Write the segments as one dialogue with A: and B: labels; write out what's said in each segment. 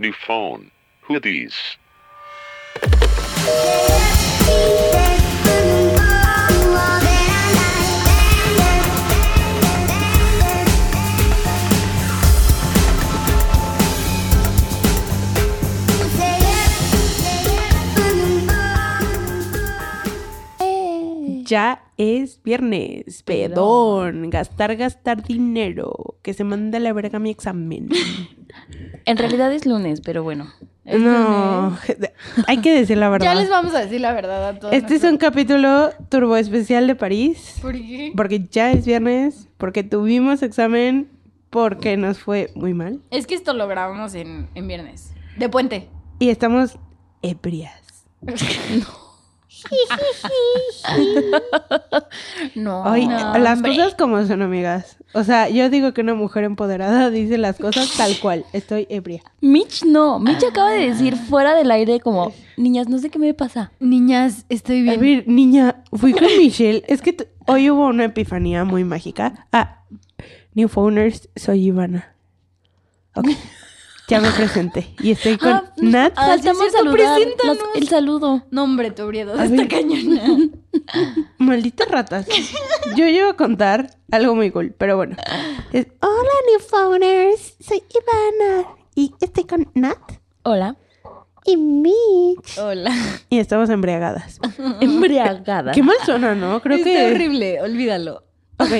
A: New phone. Who these?
B: Ya es viernes, pedón, gastar, gastar dinero, que se manda la verga mi examen.
C: En realidad es lunes, pero bueno. es
B: No,
C: lunes.
B: hay que decir la
D: Ya les
B: verdad.
D: vamos a decir la verdad a todos.
B: Este es
D: nuestros-
B: un capítulo turbo especial de París,
D: ¿Por qué?
B: porque ya es viernes, porque tuvimos examen, porque nos fue muy mal
D: Es que esto lo grabamos en, en viernes. De puente.
B: y estamos ebrias.
C: No.
B: Ay,
C: no,
B: las
C: hombre.
B: cosas como son, amigas. O sea, yo digo que una mujer empoderada dice las cosas tal cual. Estoy ebria.
C: Mitch no. Mitch
B: Ah.
C: acaba de decir fuera del aire como, niñas, no sé qué me pasa.
D: Niñas, estoy
B: A ver, niña, fui con Michelle. Es que t- hoy hubo una epifanía muy mágica. Ah, New Phoners, soy Ivana. Ok. Ya me presenté. Y estoy con
C: Ah,
B: Nat.
C: ah, sí,
D: Faltamos
C: es cierto,
D: saludar.
C: preséntanos.
D: Las-
C: el saludo.
D: No, hombre, tu este briedo
B: A
D: está
B: ver.
D: cañona.
B: Malditas ratas. Yo llevo a contar algo muy cool, pero bueno. Es, Hola, New Phoners, soy Ivana. Y estoy con Nat
C: Hola.
B: y Mitch.
D: Hola.
B: Y estamos embriagadas.
C: Embriagada.
B: Qué mal suena, ¿no? Creo que.
D: horrible, olvídalo.
B: Ok.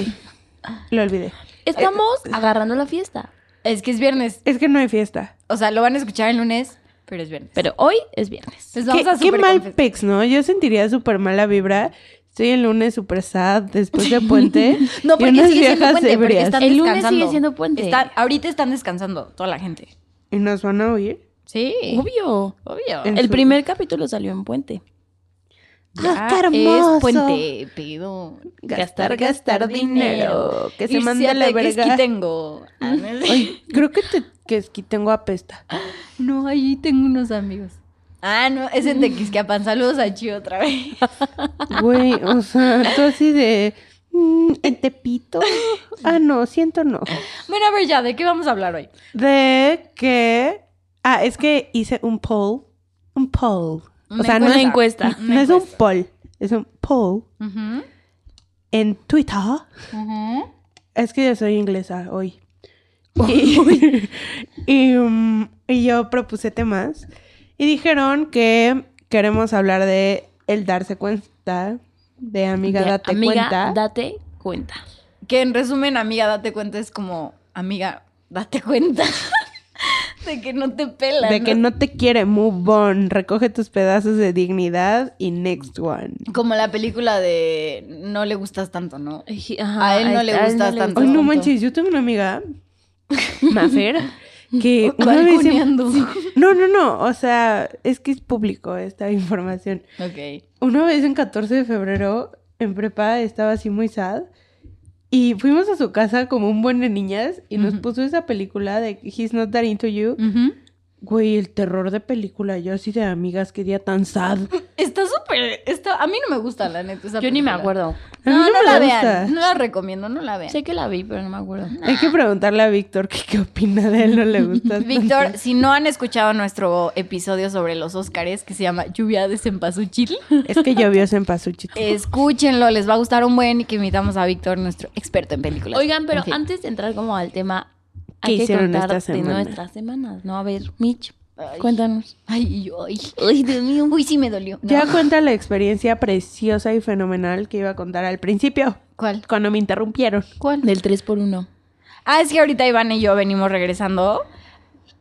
B: Lo olvidé.
C: Estamos agarrando la fiesta.
D: Es que es viernes.
B: Es que no hay fiesta.
D: O sea, lo van a escuchar el lunes, pero es viernes.
C: Pero hoy es viernes.
D: Les
B: Qué,
D: vamos a
B: qué mal
D: superconfes-
B: pex, ¿no? Yo sentiría súper mala vibra. Estoy el lunes súper sad después de puente.
D: No,
B: y
D: porque
B: unas
D: sigue siendo
B: viejas
D: puente, porque
B: ebrias.
D: están
C: El lunes
D: descansando.
C: sigue siendo puente.
D: Está- ahorita están descansando toda la gente.
B: ¿Y nos van a oír?
D: Sí.
C: Obvio.
D: Obvio.
B: En
C: El
B: su-
C: primer capítulo salió en Puente.
B: ¡Ah,
D: Ya
B: qué hermoso!
D: Es puente, pido.
B: Gastar, gastar dinero. Que se manda la verga.
D: tengo. Ah,
B: Ay, creo que, te, que esquí tengo apesta.
D: No, allí tengo unos amigos. Ah, no, es en Tequisquiapan. Saludos a Chi otra vez.
B: Güey, o sea, tú así de... mm, ¿En Tepito? Ah, no, siento no.
D: Bueno, a ver ya, ¿de qué vamos a hablar hoy?
B: De que... Ah, es que hice un poll. Un poll.
D: Una
B: o sea, no,
C: Una
B: es-
C: encuesta.
D: Una
B: no es un
D: encuesta.
B: poll. Es un poll
D: Ujú,
B: en Twitter.
D: ujú.
B: Es que yo soy inglesa hoy. Y, y, mm, y yo propuse temas. Y dijeron que queremos hablar de el darse cuenta. De amiga,
C: De-
B: date
C: amiga,
B: cuenta.
C: date cuenta.
D: Que en resumen, amiga, date cuenta, es como, amiga, date cuenta de que no te pela.
B: de que no te quiere, move on. Recoge tus pedazos de dignidad y next one.
D: Como la película de no le gustas tanto, ¿no?
C: Ajá,
D: A él no le gustas
C: le
D: tanto.
B: Ay, no
D: Pronto.
B: manches, yo tengo una amiga, Mafer, que una vez... se-
D: Balconeando.
B: No, no, no, o sea, es que es público esta información.
D: Ok.
B: Una vez en 14 de febrero, en prepa, estaba así muy sad. Y fuimos a su casa como un buen de niñas y nos
D: Ujú. Mm.
B: puso esa película de He's Not That Into You.
D: Ujú.
B: Güey, el terror de película. Yo así de amigas, qué día tan sad.
D: Está súper. Está, a mí no me gusta, la neta. esa
C: Yo ni me
D: película.
C: acuerdo.
B: A mí
D: No, no,
B: me
D: la
B: gusta.
D: vean. No la recomiendo, no la vean.
C: Sé que la vi, pero no me acuerdo.
B: Hay que preguntarle a Víctor que qué opina de él, no le gusta.
D: Víctor, si no han escuchado nuestro episodio sobre los Óscares, que se llama Lluvia de Cempasúchil,
B: Es que llovió en Pazuchito.
D: eh, escúchenlo, les va a gustar un buen y que invitamos a Víctor, nuestro experto en películas.
C: Oigan, pero
D: En fin.
C: antes de entrar como al tema,
B: ¿Qué
C: hay que
B: hicieron
C: contar
B: esta
C: de
B: semana?
C: nuestras semanas, ¿no? A ver, Mitch,
D: Ay.
C: cuéntanos.
D: Ay, yo, ay, ay, Dios mío, uy, sí me dolió. No.
B: Ya cuenta la experiencia preciosa y fenomenal que iba a contar al principio,
D: ¿Cuál?
B: cuando me interrumpieron.
D: ¿Cuál?
C: Del 3x1.
D: Ah, es que ahorita Iván y yo venimos regresando.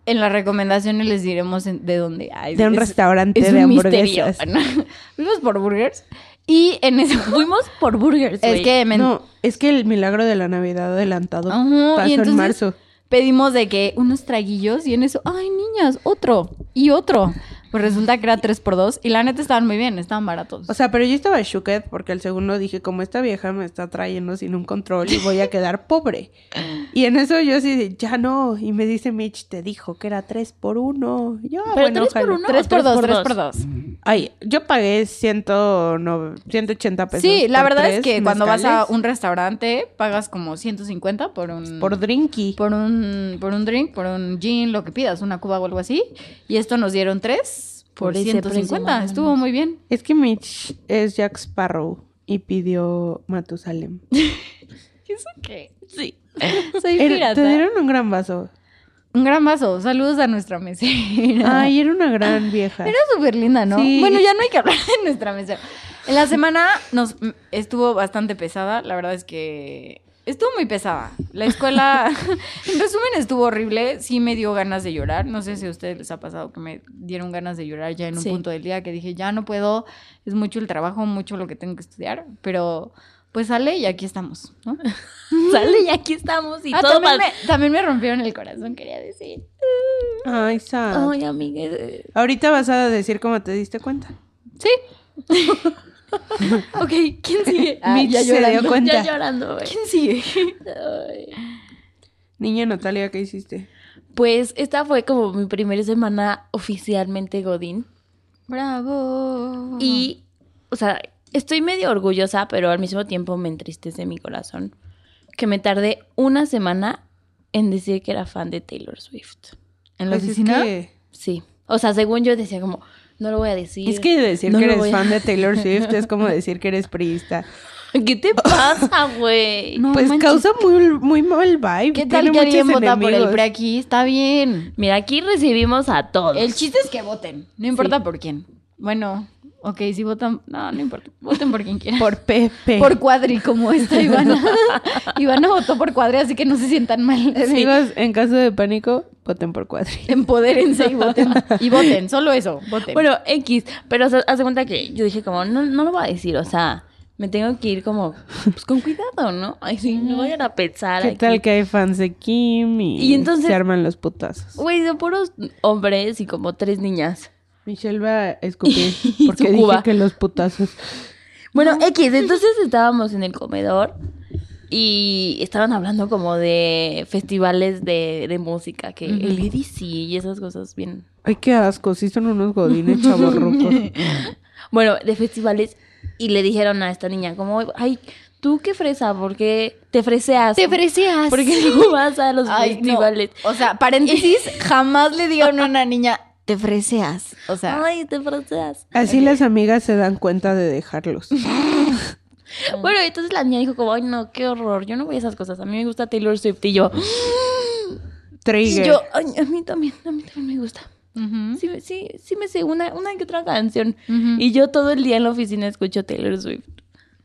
D: En las recomendaciones les diremos en- de dónde. Ay,
B: De un
D: es-
B: restaurante
D: es
B: de
D: un
B: hamburguesas.
D: misterio. Fuimos por burgers y en eso
C: Fuimos por burgers.
D: es
C: güey.
D: que me-
B: No, es que el milagro de la Navidad adelantado
D: Ajá,
B: pasó
D: y entonces-
B: en marzo.
D: pedimos de que unos traguillos y en eso, ay niñas, otro y otro. Pues resulta que era 3x2 y la neta estaban muy bien, estaban baratos.
B: O sea, pero yo estaba shooked porque el segundo dije, como esta vieja me está trayendo sin un control y voy a quedar pobre. Y en eso yo sí, de, ya no. Y me dice Mitch, te dijo que era tres por uno. Yo, ah,
C: Pero
B: bueno,
C: tres por
B: ojalá.
C: uno.
D: 3x2,
C: tres por
D: 3x2.
B: Ay, yo pagué 180 pesos.
D: Sí,
B: Pues
D: la
B: por
D: verdad es
B: tres
D: que cuando vas a
B: mezcales
D: un restaurante pagas como 150 por un
B: Por drinky.
D: por un por un drink, por un gin, lo que pidas, una cuba o algo así, y esto nos dieron 3
C: Por
D: por
C: ese precio,
D: 150,
C: mano.
D: estuvo muy bien.
B: Es que Mitch es Jack Sparrow y pidió Matusalem.
D: ¿Eso qué?
C: Sí. Soy
B: Era- te
C: pirata.
B: dieron un gran vaso.
D: Un gran vaso, saludos a nuestra mesera.
B: Ay, era una gran vieja.
D: Era súper linda, ¿no?
B: Sí.
D: Bueno, ya no hay que hablar de nuestra mesera. En la semana nos mm, estuvo bastante pesada, la verdad es que estuvo muy pesada. La escuela, en resumen, estuvo horrible, sí me dio ganas de llorar, no sé si a ustedes les ha pasado que me dieron ganas de llorar ya en un
C: Sí.
D: punto del día que dije, ya no puedo, es mucho el trabajo, mucho lo que tengo que estudiar, pero pues sale y aquí estamos, ¿no?
C: Sale y aquí estamos y
D: Ah,
C: todo
D: también,
C: para...
D: me, también me rompieron el corazón, quería decir.
B: Ay, sad.
C: Ay, amiga. eh,
B: Ahorita vas a decir cómo te diste cuenta.
D: Sí.
C: Ok, ¿quién sigue?
B: Mitch se dio cuenta.
C: Ah, Ya llorando, güey.
D: ¿Quién sigue?
C: Ay.
B: Niña Natalia, ¿qué hiciste?
C: Pues esta fue como mi primera semana oficialmente Godín.
D: Bravo.
C: Y, o sea, estoy medio orgullosa, pero al mismo tiempo me entristece mi corazón. Que me tardé una semana en decir que era fan de Taylor Swift.
D: en la
B: Pues es
D: oficina.
B: que-
C: Sí. O sea, según yo decía como, no lo voy a decir.
B: Es que decir
C: No
B: que
C: lo
B: eres
C: voy a-
B: fan de Taylor Swift es como decir que eres priista.
C: ¿Qué te pasa, güey?
D: No
B: pues
D: manches.
B: causa muy, muy mal vibe.
D: ¿Qué tal
B: Tiene
D: que
B: muchos
D: alguien vota por el
B: enemigos.
D: pre aquí? Está bien.
C: Mira, aquí recibimos a todos.
D: El chiste es que voten. No importa por quién. Bueno, ok, si votan. No, no importa. Voten por quien quieran.
B: Por Pepe.
D: Por cuadri, como esta Ivana. Ivana votó por cuadri, así que no se sientan mal.
B: Amigos, en caso de pánico, voten por cuadri.
D: Empodérense y voten. Y voten, solo eso.
B: Este,
D: Voten.
C: Bueno, X. Pero o sea, haz de cuenta que yo dije como, no, no lo voy a decir, o sea, me tengo que ir como, pues con cuidado, ¿no? Ay, sí, no vayan a pensar
B: ¿Qué
C: aquí.
B: tal que hay fans de Kim y,
C: Y entonces-
B: se arman los putazos?
D: Uh.
C: Güey, de puros hombres y como tres niñas.
B: Michelle va a escupir
C: Y
B: porque
C: su
B: dije
C: cuba.
B: que los putazos.
C: Bueno, X, entonces estábamos en el comedor y estaban hablando como de festivales de, de música, que
B: Ujú.
C: el EDC y esas cosas bien.
B: Ay, qué asco, sí son unos godines chavorrucos.
C: Bueno, de festivales y le dijeron a esta niña como, ay, tú qué fresa, porque te freseas.
D: te freseas.
C: ¿Por qué no vas a los
D: Ay, no.
C: festivales?
D: O sea, paréntesis, jamás le digan a una niña, te freseas. O sea,
C: Ay, te freseas.
B: Así las amigas se dan cuenta de dejarlos.
C: Bueno, entonces la niña dijo como, ay no, qué horror, yo no voy a esas cosas, a mí me gusta Taylor Swift y yo, y
B: Trigger.
C: yo, ay, a mí también, a mí también me gusta.
D: ujú,
C: Sí, me- sí, sí me sé una, una que otra canción.
D: ujú.
C: Y yo todo el día en la oficina escucho Taylor Swift.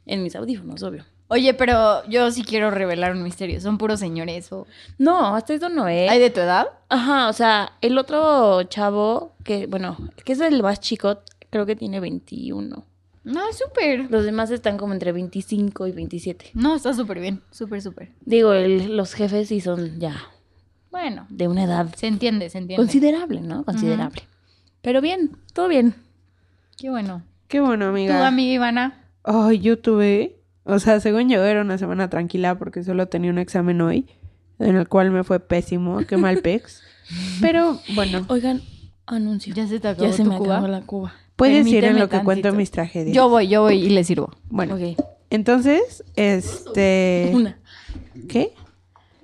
C: En mis audífonos, obvio.
D: Oye, pero yo sí quiero revelar un misterio. Son puros señores. o-
C: No, hasta eso no
D: ¿Hay
C: es.
D: de tu edad?
C: Ajá, o sea, el otro chavo, que bueno, que es el más chico, creo que tiene 21.
D: No, súper.
C: Los demás están como entre 25 y 27.
D: No, está súper bien. Súper, súper.
C: Digo, el- los jefes sí son ya
D: Bueno,
C: de una edad
D: se entiende, se entiende.
C: considerable, ¿no? Considerable. Pero bien, todo bien.
D: Qué bueno.
B: Qué bueno,
D: ¿Tú,
B: amiga.
D: amiga Ivana?
B: Ay, yo tuve, o sea, según yo era una semana tranquila porque solo tenía un examen hoy, en el cual me fue pésimo, qué mal pex. Pero bueno,
C: Oigan, anuncio. Ya,
D: Ya se te acabó
C: se
D: tu
C: me
D: cuba?
C: acabó la cuba.
B: puedes ir en
D: Permíteme
B: lo que cuento
D: tantito.
B: mis tragedias.
D: Yo voy, yo voy y le sirvo.
B: Bueno,
C: Ok,
B: entonces, este...
C: una.
B: ¿Qué?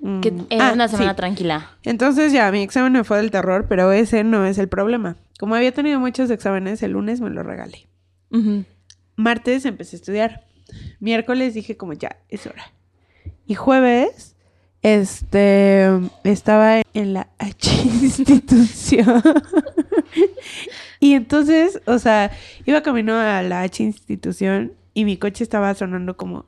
B: Mm,
C: Que era
B: ah,
C: una semana
B: sí.
C: tranquila.
B: Entonces ya, mi examen me fue del terror, pero ese no es el problema. Como había tenido muchos exámenes, el lunes me lo regalé.
C: Ujú.
B: Martes empecé a estudiar. Miércoles dije como ya, es hora. Y jueves, este, estaba en la H institución. y entonces, o sea, iba camino a la H institución y mi coche estaba sonando como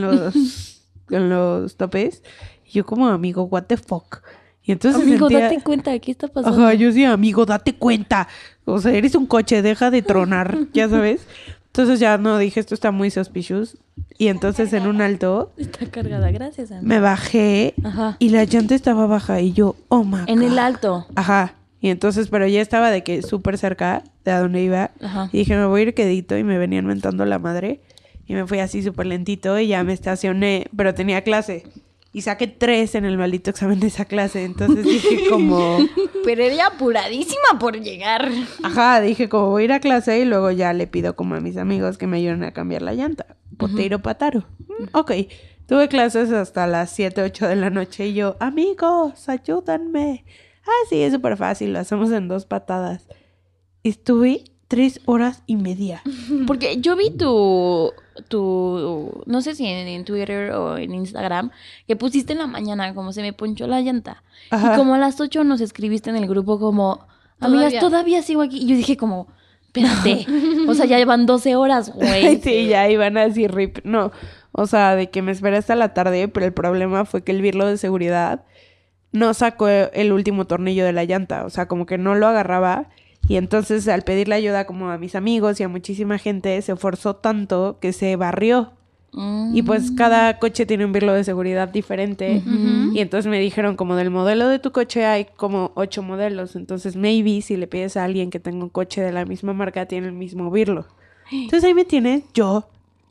B: los, en los topes. Y yo como amigo, what the fuck. Y entonces
C: Amigo,
B: sentía-
C: date cuenta, ¿qué está pasando?
B: Ajá, yo sí, amigo, date cuenta. O sea, eres un coche, deja de tronar, ya sabes. Entonces ya no dije, esto está muy suspicious. Y entonces en un alto
C: Está cargada, gracias, amigo.
B: me bajé
C: Ajá.
B: y la llanta estaba baja y yo, oh my
C: En el
B: God.
C: alto.
B: Ajá. Y entonces, pero ya estaba de que súper cerca de a donde iba.
C: Ajá.
B: Y dije, me voy a ir quedito y me venían mentando la madre. Y me fui así súper lentito y ya me estacioné, pero tenía clase. Y saqué tres en el maldito examen de esa clase. Entonces dije como,
D: Pero ella apuradísima por llegar.
B: ajá, dije como voy a ir a clase y luego ya le pido como a mis amigos que me ayuden a cambiar la llanta. Poteiro pataro. Mm, Ok, tuve clases hasta las 7, 8 de la noche y yo, amigos, ayúdanme. Ah, sí, es súper fácil, lo hacemos en dos patadas. Y estuve tres horas y media.
C: Porque yo vi tu, tu, no sé si en, en Twitter o en Instagram, que pusiste en la mañana como se me ponchó la llanta.
B: Ajá.
C: Y como a las 8 nos escribiste en el grupo como, amigas,
D: Todavía.
C: todavía, sigo aquí. Y yo dije como, espérate, o sea, ya llevan 12 horas, güey.
B: Sí, ya iban así rip. No, o sea, de que me esperé hasta la tarde, pero el problema fue que el birlo de seguridad no sacó el último tornillo de la llanta, o sea, como que no lo agarraba. Y entonces al pedirle ayuda como a mis amigos y a muchísima gente, se forzó tanto que se barrió.
C: Mm.
B: Y pues cada coche tiene un birlo de seguridad diferente.
C: Ujú.
B: Y entonces me dijeron como del modelo de tu coche hay como ocho modelos. Entonces maybe si le pides a alguien que tenga un coche de la misma marca tiene el mismo birlo. Entonces ahí me tienes yo,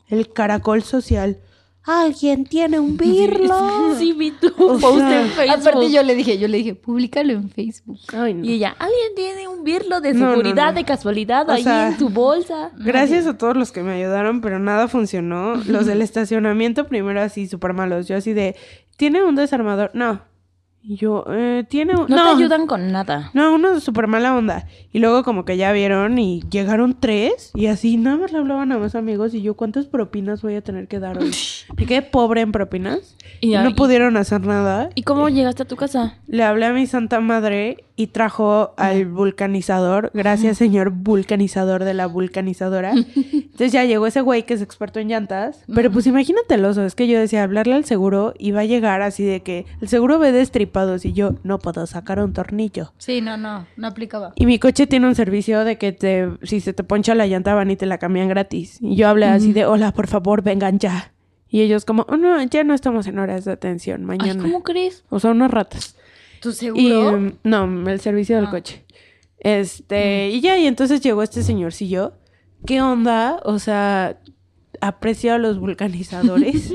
B: el caracol social. Alguien tiene un birlo.
C: Sí, vi tu
B: O
C: post
B: sea,
C: en Facebook.
D: Aparte yo le dije, yo le dije, públicalo en Facebook.
B: Ay, no.
C: Y ella, alguien tiene un birlo de
B: No, no,
C: seguridad,
B: no.
C: de casualidad,
B: O
C: ahí
B: sea,
C: en tu bolsa.
B: Gracias a todos los que me ayudaron, pero nada funcionó. Los del estacionamiento primero así súper malos. Yo así de, ¿tiene un desarmador? No. Y yo, eh, ¿tiene un...?
C: No, te ayudan con nada.
B: No, uno súper mala onda. Y luego como que ya vieron y llegaron tres y así nada más le hablaban a más amigos y yo, ¿cuántas propinas voy a tener que dar hoy? Me quedé pobre en propinas y,
C: ya-
B: no pudieron hacer nada.
C: ¿Y cómo llegaste a tu casa?
B: Le hablé a mi santa madre y trajo al vulcanizador. Gracias, señor vulcanizador de la vulcanizadora. Entonces ya llegó ese güey que es experto en llantas. Pero pues imagínate el oso. Es que yo decía, hablarle al seguro y va a llegar así de que el seguro ve destripados y yo no puedo sacar un tornillo.
D: Sí, no, no, no aplicaba.
B: Y mi coche tiene un servicio de que te, si se te poncha la llanta van y te la cambian gratis. Y yo hablé así de, hola, por favor, vengan ya. Y ellos como, oh, no, ya no estamos en horas de atención,
C: Ay,
B: mañana.
C: ¿cómo crees?
B: O sea, unas ratas.
D: ¿Tu
B: Y
D: seguro?
B: mm, no, el servicio del
D: Ah. Mm.
B: coche. Este, y ya, y entonces llegó este señorcillo. ¿Qué onda? O sea, aprecio a los vulcanizadores.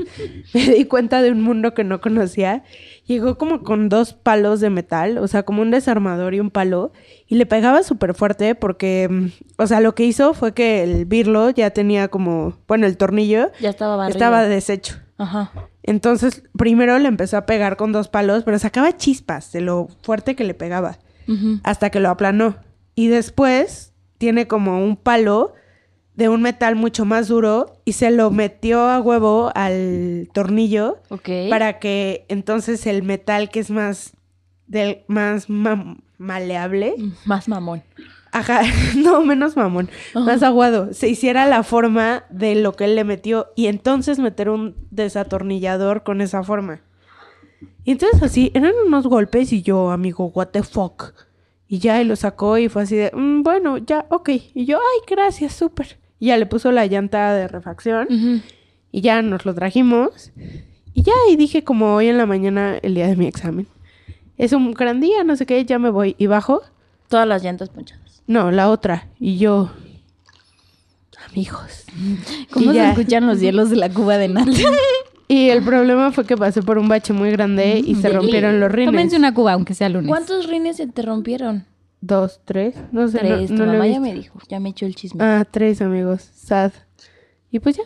B: Me di cuenta de un mundo que no conocía. Llegó como con dos palos de metal, o sea, como un desarmador y un palo, y le pegaba súper fuerte porque, mm, o sea, lo que hizo fue que el birlo ya tenía como, bueno, el tornillo
C: Ya estaba barrido.
B: estaba deshecho.
C: Ajá.
B: Entonces, primero le empezó a pegar con dos palos, pero sacaba chispas de lo fuerte que le pegaba,
C: Ujú.
B: hasta que lo aplanó. Y después tiene como un palo de un metal mucho más duro y se lo metió a huevo al tornillo
C: Ok.
B: para que entonces el metal que es más del más ma- maleable,
C: Mm, Más mamón.
B: ajá, no menos mamón,
C: Ajá.
B: más aguado, se hiciera la forma de lo que él le metió y entonces meter un desatornillador con esa forma. Y entonces así, eran unos golpes y yo, amigo, what the fuck. Y ya, y lo sacó y fue así de, "Mm, bueno, ya, ok. Y yo, ay, gracias, súper. Y ya le puso la llanta de refacción
C: Ujú.
B: y ya nos lo trajimos. Y ya, y dije como hoy en la mañana, el día de mi examen. Es un gran día, no sé qué, ya me voy. Y bajo,
C: Todas las llantas ponchadas.
B: no, la otra. Y yo, amigos.
D: ¿Cómo
B: y
D: se
B: ya.
D: escuchan los hielos de la cuba de nata?
B: Y el problema fue que pasé por un bache muy grande
D: Mm.
B: y se
C: Deli.
B: rompieron los rines.
D: Tómense una cuba, aunque sea lunes.
C: ¿Cuántos rines se te rompieron?
B: Dos, tres, no sé.
C: Tres.
B: no, no
C: tu
B: lo he
C: mamá ya
B: visto.
C: me dijo. Ya me echó el chisme.
B: Ah, tres amigos, sad. Y pues ya.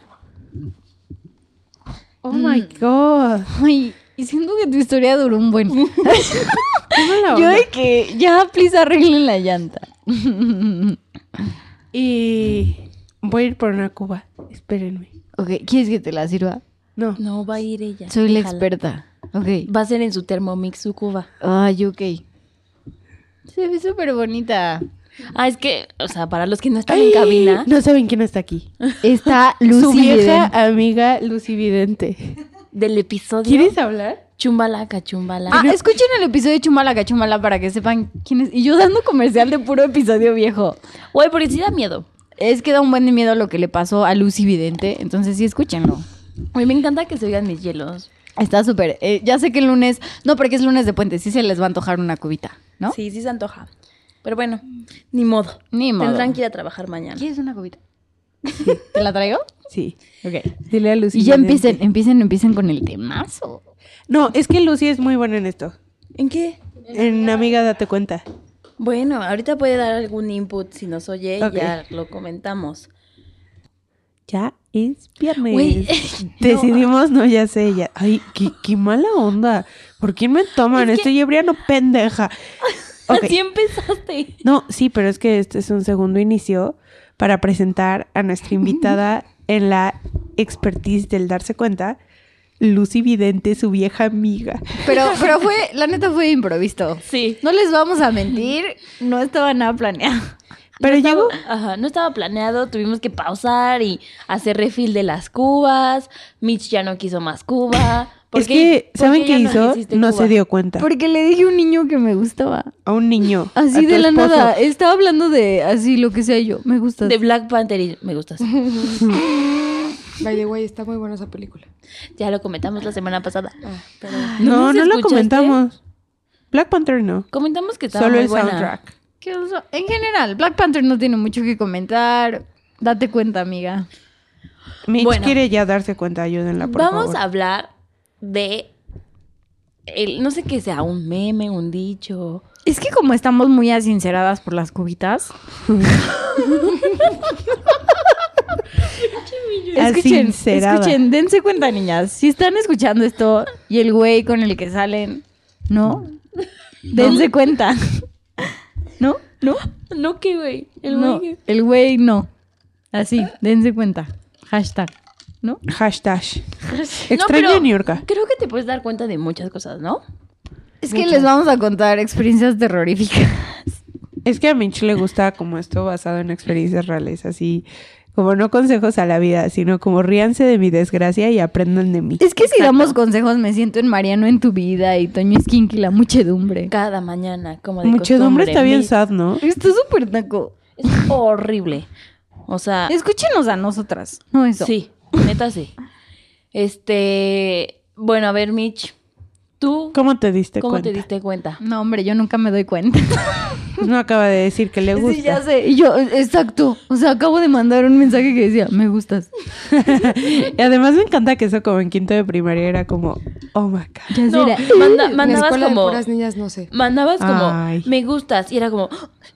B: Oh my god.
D: Ay, y siento que tu historia duró un buen.
B: Qué mala
D: Yo
B: onda.
D: de que ya, please arreglen la llanta.
B: Y voy a ir por una cuba. Espérenme.
D: Ok, ¿quieres que te la sirva?
B: No.
C: No, va a ir ella.
D: Soy la
C: Déjala.
D: experta. Ok.
C: Va a ser en su Thermomix su cuba.
D: Ay, ok. Se ve súper bonita.
C: Ah, es que, o sea, para los que no están en cabina.
B: No saben quién está aquí.
D: Está
B: Su
D: Lucy
B: vieja
D: Biden.
B: amiga Lucy Vidente.
C: del episodio.
B: ¿Quieres hablar?
C: Chumbalaca, chumbala.
D: Ah, escuchen el episodio de Chumala Cachumala para que sepan quién es. Y yo dando comercial de puro episodio viejo.
C: Güey, porque sí da miedo.
D: Es que da un buen de miedo lo que le pasó a Lucy Vidente. Entonces sí, escúchenlo.
C: A mí me encanta que se oigan mis hielos.
D: Está súper. Eh, ya sé que el lunes. No, porque es lunes de puente. Sí se les va a antojar una cubita, ¿no?
C: Sí, sí se antoja. Pero bueno, ni modo.
D: Ni modo.
C: Tendrán que ir a trabajar mañana.
D: ¿Quieres una copita? ¿Te la traigo?
B: Sí.
D: Ok.
B: Dile a Lucy.
D: Y ya
B: Vidente.
D: empiecen, empiecen, empiecen con el temazo.
B: No, es que Lucy es muy buena en esto.
C: ¿En qué?
B: En Amiga, date cuenta.
C: Bueno, ahorita puede dar algún input si nos oye
B: Ok.
C: y ya lo comentamos.
B: Ya es viernes.
C: Güey,
B: Decidimos, no, ya sé, ya. Ay, qué, qué mala onda. ¿Por quién me toman?
C: Es que-
B: Estoy ebria, no pendeja. Ok.
C: Así empezaste.
B: No, sí, pero es que este es un segundo inicio para presentar a nuestra invitada en la expertise del darse cuenta, Lucy Vidente, su vieja amiga.
D: Pero, pero fue, la neta fue improvisto.
C: Sí.
D: No les vamos a mentir, no estaba nada planeado.
B: Pero
C: no
B: llegó.
C: Estaba, ajá, no estaba planeado, tuvimos que pausar y hacer refil de las cubas. Mitch ya no quiso más Cuba. ¿Por
B: Es que,
C: por
B: ¿saben
C: ya
B: qué
C: no
B: hizo?
C: quisiste
B: No
C: Cuba?
B: se dio cuenta.
D: Porque le dije a un niño que me gustaba.
B: A un niño. a
D: Así
B: tu
D: de la
B: esposo.
D: nada. Estaba hablando de así lo que sea yo. Me gusta.
C: De Black Panther y me gustas.
E: By the way, está muy buena esa película.
C: Ya lo comentamos la semana pasada. Ah, Pero-
B: No,
C: ¿Nos
B: no lo
C: escuchaste?
B: comentamos. Black Panther no.
C: Comentamos que estaba
B: Solo
C: muy
B: el
C: buena.
B: soundtrack.
D: ¿Qué oso? En general, Black Panther no tiene mucho que comentar. Date cuenta, amiga.
B: Mitch
C: Bueno.
B: quiere ya darse cuenta, ayúdenla, por
C: Vamos
B: favor.
C: a hablar de el- no sé qué sea, un meme, un dicho.
D: Es que como estamos muy asinceradas por las cubitas. escuchen,
B: Asincerada.
D: escuchen, dense cuenta, niñas. Si están escuchando esto y el güey con el que salen, no, dense cuenta. ¿No? ¿No?
C: No, que güey. El
D: no.
C: güey que-
D: El güey no. Así, dense cuenta. Hashtag. ¿No?
B: Hashtag. Extraño
C: pero
B: a New York.
C: Creo que te puedes dar cuenta de muchas cosas, ¿no?
D: Es que les vamos a contar experiencias terroríficas.
B: Es que a Mitch le gusta como esto basado en experiencias reales, así como no consejos a la vida, sino como ríanse de mi desgracia y aprendan de mí.
D: Es que si damos consejos, me siento en Mariano en tu vida y Toño Skinky, la muchedumbre.
C: Cada mañana, como de costumbre,
B: Muchedumbre está bien
C: mi-
B: sad, ¿no?
D: Está súper taco.
C: Es horrible. O
D: Ah.
C: sea,
D: Escúchenos a nosotras, no eso.
C: sí, neta sí. Este, bueno, a ver, Mitch, tú cómo,
B: ¿Cómo te diste cuenta?
C: te diste cuenta?
D: No, hombre, yo nunca me doy cuenta.
B: No acaba de decir que le gusta.
D: Sí, ya sé. Y yo, exacto. O sea, acabo de mandar un mensaje que decía, me gustas.
B: Y además me encanta que eso como en quinto de primaria era como, oh my god.
D: Ya
C: No,
D: será.
C: manda-
E: En la
C: mandabas
E: escuela
C: como
E: de puras niñas, no sé.
C: mandabas como
B: Ay.
C: me gustas y era como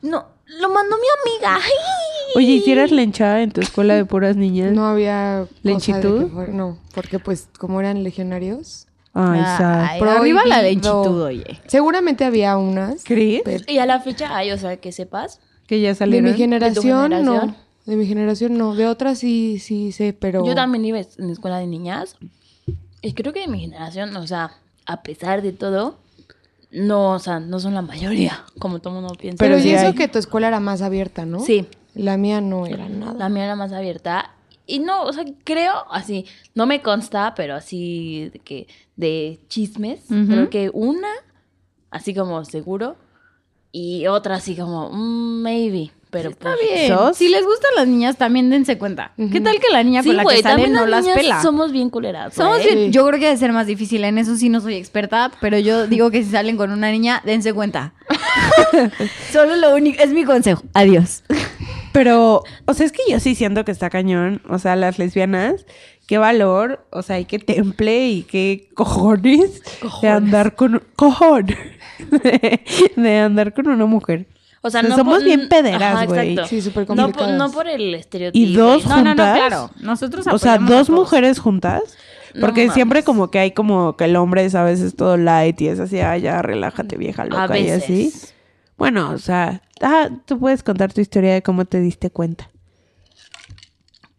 C: no, lo mandó mi amiga. Ay.
B: Oye, ¿hicieras lenchada en tu escuela de puras niñas?
E: No había. cosa de
B: ¿Lenchitud?
E: que fuera- no, porque pues como eran legionarios.
B: Ay, sad.
D: Ah, Ay, arriba la
E: Prohibido.
D: lenchitud, oye.
E: Seguramente había unas.
B: ¿Crees?
E: pero-
C: Y a la fecha, ay, o sea, que sepas.
B: Que ya
E: de
B: salieron.
E: mi generación,
C: generación?
E: no. De mi generación no. De otras sí, sí sé, pero.
C: Yo también iba en la escuela de niñas. Y creo que de mi generación, o sea, a pesar de todo, no, o sea, no son la mayoría, como todo mundo piensa.
E: Pero,
B: Pero
E: y
B: sí
E: eso
B: hay.
E: que tu escuela era más abierta, ¿no?
C: Sí,
E: La mía no era nada.
C: la mía era más abierta. Y no, o sea, creo, así, no me consta, pero así de que de chismes,
D: Ujú.
C: creo que una, así como seguro, y otra así como, mm, maybe, pero
D: Está
C: pues-
D: bien.
B: ¿Sos?
D: Si les gustan las niñas, también dense cuenta. ¿Qué tal que la niña
C: Sí,
D: con la
C: güey,
D: que salen
C: también
D: no
C: las
D: las
C: niñas
D: pela?
C: somos bien culeradas.
D: Somos
C: güey.
D: bien-
E: Sí.
D: yo creo que debe ser más difícil, en eso sí no soy experta, pero yo digo que si salen con una niña, dense cuenta. Solo lo único, es mi consejo. Adiós.
B: Pero, o sea, es que yo sí siento que está cañón. O sea, las lesbianas, qué valor, o sea, y qué temple y qué cojones, de andar con. Cojón. De, de andar con una mujer.
C: O sea,
B: O sea,
C: no
B: somos bien pederas,
C: Ajá,
B: güey.
C: exacto.
E: Sí, súper
C: No por,
E: complicadas.
C: no por el estereotipo.
B: Y dos
C: No,
D: No, no, no,
B: ¿Juntas?
D: claro. Nosotros
B: O sea,
D: apoyamos a
B: dos
D: todos.
B: mujeres juntas.
C: No
B: Porque
C: mames.
B: siempre como que hay como que el hombre es a veces todo light y es así, ah, ya relájate vieja loca
C: a veces.
B: y así. Bueno, o sea, ah, tú puedes contar tu historia de cómo te diste cuenta.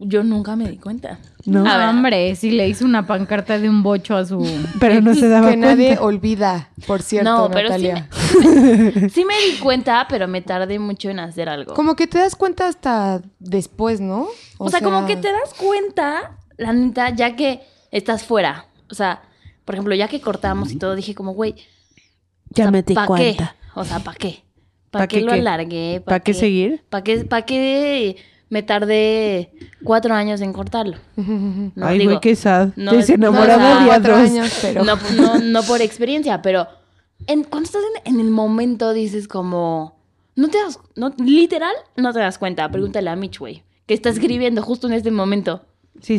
C: Yo nunca me di cuenta.
B: No.
C: A
D: No,
E: Ah,
C: ver.
D: hombre, sí le hizo una pancarta de un bocho a su...
B: Pero no se daba
E: que nadie
B: cuenta.
E: olvida, por cierto,
C: no, pero sí
E: Natalia.
C: me, sí me di cuenta, pero me tardé mucho en hacer algo.
E: Como que te das cuenta hasta después, ¿no?
C: O, sea, como que te das cuenta, la neta, ya que estás fuera. O sea, por ejemplo, ya que cortamos y todo, dije como, güey,
B: Ya me di
C: ¿pa'
B: cuenta.
C: qué? O sea, ¿para qué?
B: ¿Pa'
C: ¿Para qué,
B: qué
C: lo
B: qué?
C: alargué?
B: ¿Para qué seguir?
C: ¿Para qué, pa' qué me tardé cuatro años en cortarlo? No,
B: Ay,
C: digo,
B: güey, qué sad.
C: no
B: Te
C: es-
B: desenamoraba
C: no, no,
B: de
E: cuatro
B: Andros.
E: años, pero
C: No, pues, no, no por experiencia, pero en, cuando estás en, en el momento dices como, No te das, no, literal, no te das cuenta. Pregúntale a Mitch, güey, que está escribiendo justo en este momento.
B: Sí,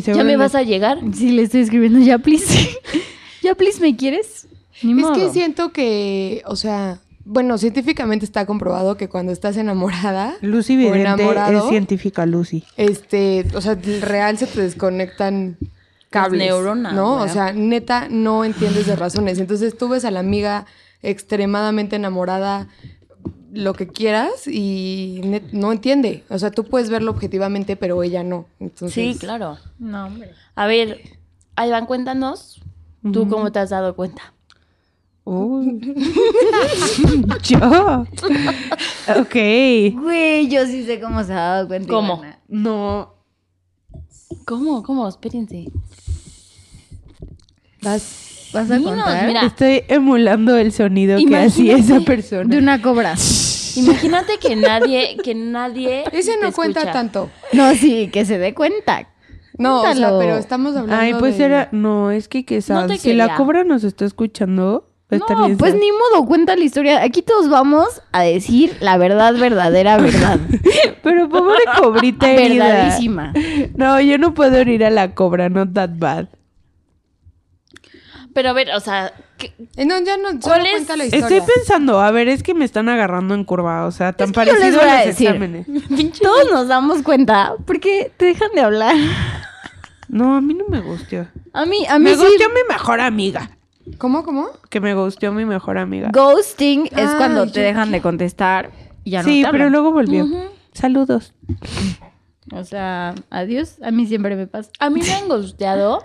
C: ¿Ya me
B: seguramente.
C: vas a llegar?
D: Sí, le estoy escribiendo ya, please. ya, please, ¿me quieres? Ni
E: Es
D: modo.
E: que siento que, o sea, bueno, científicamente está comprobado que cuando estás enamorada,
B: Lucy
E: o
B: Vidente es
E: enamorado.
B: científica, Lucy.
E: este, o sea, el real se te desconectan cables.
C: Las neuronas,
E: ¿No?
C: güey.
E: O sea, neta, no entiendes de razones. Entonces tú ves a la amiga extremadamente enamorada, lo que quieras, y net- no entiende. O sea, tú puedes verlo objetivamente, pero ella no. Entonces,
C: Sí, claro.
D: No, hombre.
C: A ver, Iván, cuéntanos tú cómo te has dado cuenta.
B: Uy. Yo. ok.
D: Güey, yo sí sé cómo se ha dado cuenta.
C: ¿Cómo?
D: Ivana.
B: No.
C: ¿Cómo? ¿Cómo? Espérense.
D: ¿Vas, vas a
C: Dinos,
D: contar?
C: mira.
B: Estoy emulando el sonido que
C: Imagínate.
B: hacía esa persona.
D: De una cobra.
C: Imagínate que nadie, que nadie.
E: Ese no
C: te
E: cuenta
C: escucha.
E: tanto.
D: No, sí, que se dé cuenta.
E: No, o sea,
D: Cuéntalo.
E: pero estamos hablando
B: Ay, pues
E: de-
B: era. No, es que que
C: No te
B: si la
C: quería.
B: cobra nos está escuchando, va a estar
D: No,
B: bien
D: pues
B: sad.
D: ni modo, cuenta la historia. Aquí todos vamos a decir la verdad, verdadera, verdad.
B: Pero pobre cobrita herida.
D: Verdadísima.
B: No, yo no puedo herir a la cobra, not that bad.
C: Pero a ver, o sea, ¿qué-
E: Eh, No, ya no, solo
C: ¿Cuál es?
E: cuenta la
B: Estoy
E: historia.
B: pensando, a ver, es que me están agarrando en curva, o sea, tan
D: Es que yo les
B: parecido
D: voy a
B: a los
D: decir.
B: exámenes.
D: todos nos damos cuenta porque te dejan de hablar.
B: No, a mí no me gustó.
D: A mí, a mí
B: Me
D: sí.
B: gustó mi mejor amiga.
E: ¿Cómo, cómo?
B: Que me gustó mi mejor amiga.
D: Ghosting es
E: Ah,
D: cuando
E: yo-
D: te dejan de contestar y ya no
B: sí,
D: te
B: pero
D: hablan.
B: luego volvió. Saludos.
D: O sea, adiós. A mí siempre me pasa.
C: a mí me han gusteado.